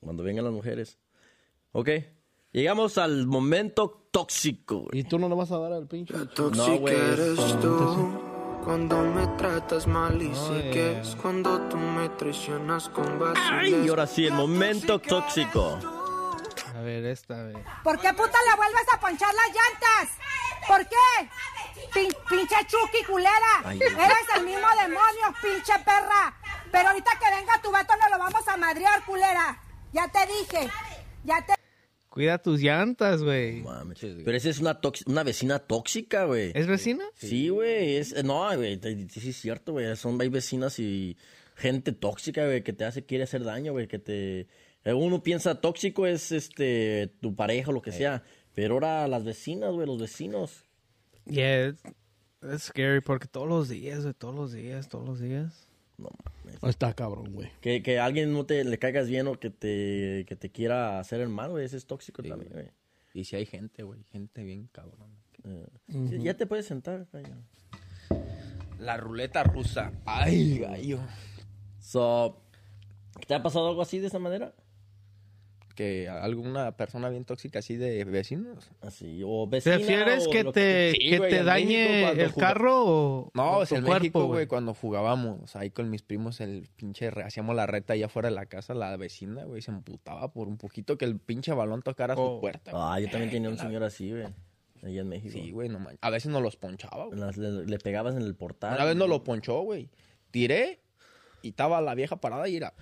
Speaker 3: Cuando vengan las mujeres. Ok. Llegamos al momento tóxico, güey.
Speaker 1: Y tú no le vas a dar al pinche.
Speaker 3: No,
Speaker 5: Tóxica
Speaker 3: güey, es
Speaker 5: eres tú cuando me tratas mal y sé que es cuando tú me traicionas con
Speaker 3: Ay, y
Speaker 5: vaciles.
Speaker 3: ahora sí, el momento tóxico.
Speaker 4: A ver, esta, güey.
Speaker 6: ¿Por qué puta le vuelves a ponchar las llantas? ¿Por qué? Pin- pinche chuki culera.
Speaker 3: Ay, Dios.
Speaker 6: Eres el mismo demonio, pinche perra. Pero ahorita que venga tu vato nos lo vamos a madrear, culera. Ya te dije. Ya te
Speaker 4: Cuida tus llantas, güey.
Speaker 3: Mames. Pero esa es una, tox- una vecina tóxica, güey.
Speaker 4: ¿Es vecina?
Speaker 3: Sí, güey. Es... eh, No, güey. te- Sí, es cierto, güey. Son... Hay vecinas y gente tóxica, güey, que te hace, quiere hacer daño, güey. Que te. eh, Uno piensa tóxico es este tu pareja o lo que sea. Pero ahora las vecinas, güey, los vecinos.
Speaker 4: Yeah. it's- It's scary porque todos los días, güey. Todos los días, todos los días.
Speaker 3: No mames.
Speaker 1: Está cabrón, güey.
Speaker 3: Que, que alguien no te le caigas bien o que te, que te quiera hacer el mal, güey. Ese es tóxico también, güey.
Speaker 2: Y si hay gente, güey, gente bien cabrón.
Speaker 3: Eh, sí, Ya te puedes sentar. güey.
Speaker 2: La ruleta rusa. Ay, gallo.
Speaker 3: So, ¿Te ha pasado algo así de esa manera?
Speaker 2: Que alguna persona bien tóxica así de vecinos.
Speaker 3: Así, o vecina,
Speaker 4: ¿Te refieres
Speaker 3: o
Speaker 4: que
Speaker 3: lo
Speaker 4: te,
Speaker 2: Sí,
Speaker 4: que
Speaker 2: güey,
Speaker 4: te
Speaker 2: en
Speaker 4: dañe
Speaker 2: México cuando
Speaker 4: el
Speaker 2: juega-
Speaker 4: carro o,
Speaker 2: No,
Speaker 4: o
Speaker 2: es
Speaker 4: tu
Speaker 2: en
Speaker 4: cuerpo,
Speaker 2: México, güey, cuando jugábamos ahí con mis primos, el pinche, re- hacíamos la reta allá afuera de la casa, la vecina, güey, se emputaba por un poquito que el pinche balón tocara su
Speaker 4: Oh.
Speaker 2: puerta. güey.
Speaker 3: Ah, yo también tenía un señor así, güey. Allá en México.
Speaker 2: Sí, güey, no manches. A veces nos los ponchaba, güey.
Speaker 3: Las- le, le pegabas en el portal.
Speaker 2: Una vez nos lo ponchó, güey. Tiré y estaba la vieja parada y era,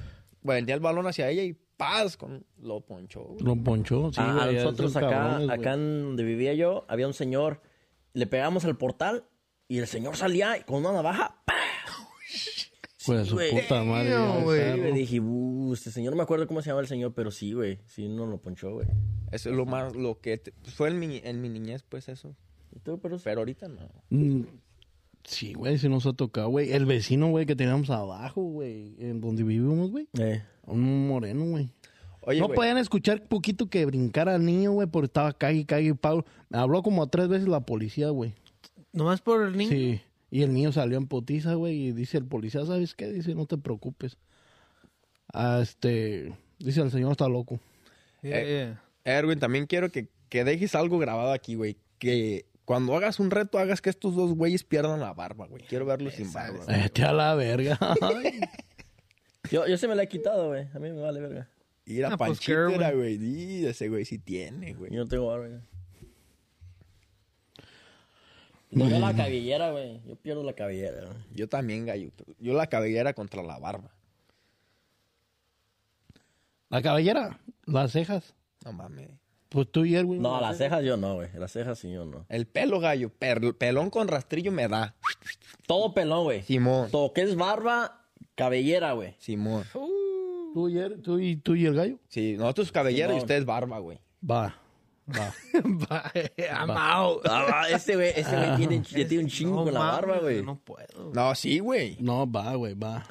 Speaker 2: vendía el balón hacia ella y paz, con lo ponchó, güey.
Speaker 1: Lo ponchó, sí,
Speaker 3: A- a
Speaker 1: güey,
Speaker 3: Ah, nosotros
Speaker 1: esos
Speaker 3: acá,
Speaker 1: cabrones, güey.
Speaker 3: acá en donde vivía yo, había un señor. Le pegábamos al portal y el señor salía y con una navaja. ¡pa!
Speaker 1: Pues su
Speaker 3: güey.
Speaker 1: puta madre.
Speaker 4: Damn,
Speaker 1: ya,
Speaker 4: güey.
Speaker 1: esa-
Speaker 3: Y le dije, "Uh, este señor, no me acuerdo cómo se llama el señor, pero sí, güey. Sí, no lo ponchó, güey.
Speaker 2: Eso es lo más, lo que te- pues, fue en mi, en mi niñez, pues eso.
Speaker 3: ¿Y tú, pero
Speaker 2: Pero ahorita no.
Speaker 1: Mm, Sí, güey, si nos ha tocado, güey. El vecino, güey, que teníamos abajo, güey, en donde vivimos, güey.
Speaker 3: Eh,
Speaker 1: Un moreno, güey.
Speaker 2: Oye,
Speaker 1: no
Speaker 2: güey,
Speaker 1: podían escuchar poquito que brincara al niño, güey, porque estaba cague, cague, Pablo. Me habló como a tres veces la policía, güey.
Speaker 4: Nomás por el niño.
Speaker 1: Sí. Y el niño salió en potiza, güey, y dice el policía, ¿sabes qué? Dice, no te preocupes. Ah, este, dice, el señor está loco.
Speaker 4: Yeah, yeah.
Speaker 2: Erwin, también quiero que, que dejes algo grabado aquí, güey. Que cuando hagas un reto, hagas que estos dos güeyes pierdan la barba, güey. Quiero verlos sin barba. güey.
Speaker 1: Este a la verga.
Speaker 3: Yo, yo se me la he quitado, güey. A mí me vale verga.
Speaker 2: Ir a
Speaker 4: Ah, pues,
Speaker 2: Panchito,
Speaker 4: Erwin.
Speaker 2: era, güey. Y ese güey sí tiene, güey.
Speaker 3: Yo no tengo barba. güey. Me veo la cabellera, güey. Yo pierdo la cabellera, güey.
Speaker 2: Yo también, gallo. pero Yo la cabellera contra la barba.
Speaker 1: la cabellera, las cejas.
Speaker 2: No mames.
Speaker 1: Pues tú y él, güey.
Speaker 3: No, las cejas yo no, güey. Las cejas sí yo no.
Speaker 2: El pelo, gallo. per- pelón con rastrillo me da.
Speaker 3: Todo pelón, güey.
Speaker 2: Simón.
Speaker 3: Todo que es barba, cabellera, güey.
Speaker 2: Simón.
Speaker 1: Tú y, él, tú, y, tú y el gallo.
Speaker 2: Sí, nosotros cabellera y
Speaker 3: Simón.
Speaker 2: ustedes barba, güey.
Speaker 1: Va, va.
Speaker 4: Bye, I'm out.
Speaker 3: Ah, este güey, este güey tiene, ya tiene un chingo en la
Speaker 4: Oh. mames,
Speaker 3: barba, güey.
Speaker 4: No puedo.
Speaker 2: No, sí, güey.
Speaker 1: No, va, güey, va.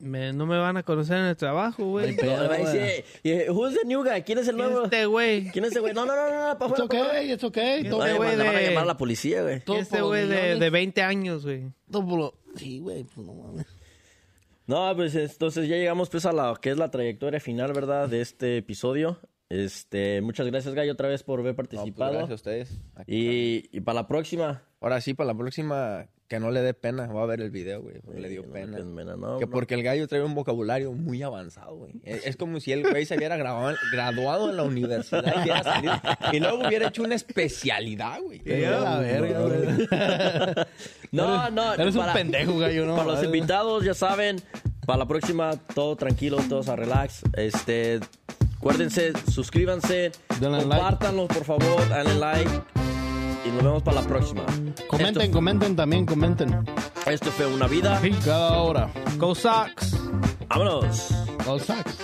Speaker 4: Me- no me van a conocer en el trabajo, güey.
Speaker 3: No, le va a decir, eh, who's the new guy? ¿Quién es el
Speaker 4: ¿Quién es
Speaker 3: nuevo?
Speaker 4: Este güey.
Speaker 3: ¿Quién es ese güey? No, no, no, no, no, para
Speaker 1: It's
Speaker 3: afuera. pa' afuera.
Speaker 1: okay, it's okay.
Speaker 3: No,
Speaker 1: Todo,
Speaker 4: Oye,
Speaker 3: le
Speaker 1: güey,
Speaker 3: van- le van a
Speaker 4: de-
Speaker 3: llamar a la policía, güey.
Speaker 1: todo
Speaker 4: Este
Speaker 1: por
Speaker 4: güey
Speaker 1: los
Speaker 4: de,
Speaker 1: millones,
Speaker 4: de 20 años, güey.
Speaker 1: todo por lo- Sí, güey, pues no mames.
Speaker 3: No, pues entonces ya llegamos pues a la que es la trayectoria final, ¿verdad? De este episodio. Este, muchas gracias, Gallo, otra vez por haber
Speaker 2: No, pues,
Speaker 3: participado.
Speaker 2: gracias a ustedes. Aquí
Speaker 3: y, y para la próxima.
Speaker 2: Ahora sí, para la próxima, que no le dé pena. Voy a ver el video, güey. porque le dio
Speaker 3: no le
Speaker 2: pena.
Speaker 3: den pena, no,
Speaker 2: que
Speaker 3: no.
Speaker 2: porque el gallo trae un vocabulario muy avanzado, güey. E, Es, es como si el güey se hubiera graduado, graduado en la universidad y hubiera salido. Y luego hubiera hecho una especialidad, güey.
Speaker 1: Vete a la verga, güey.
Speaker 3: No, no,
Speaker 1: Eres un
Speaker 3: para-
Speaker 1: pendejo, gallo, no.
Speaker 3: Para los
Speaker 1: mames.
Speaker 3: invitados, ya saben, Para la próxima, todo tranquilo, todos a relax. Este, acuérdense, suscríbanse,
Speaker 1: Denle like.
Speaker 3: compártanlo, por favor, denle like. Y nos vemos para la próxima.
Speaker 1: Comenten,
Speaker 3: esto,
Speaker 1: comenten también, comenten.
Speaker 3: esto fue Una Vida.
Speaker 1: Cada hora.
Speaker 4: Go Sox.
Speaker 3: Vámonos.
Speaker 1: All sucks.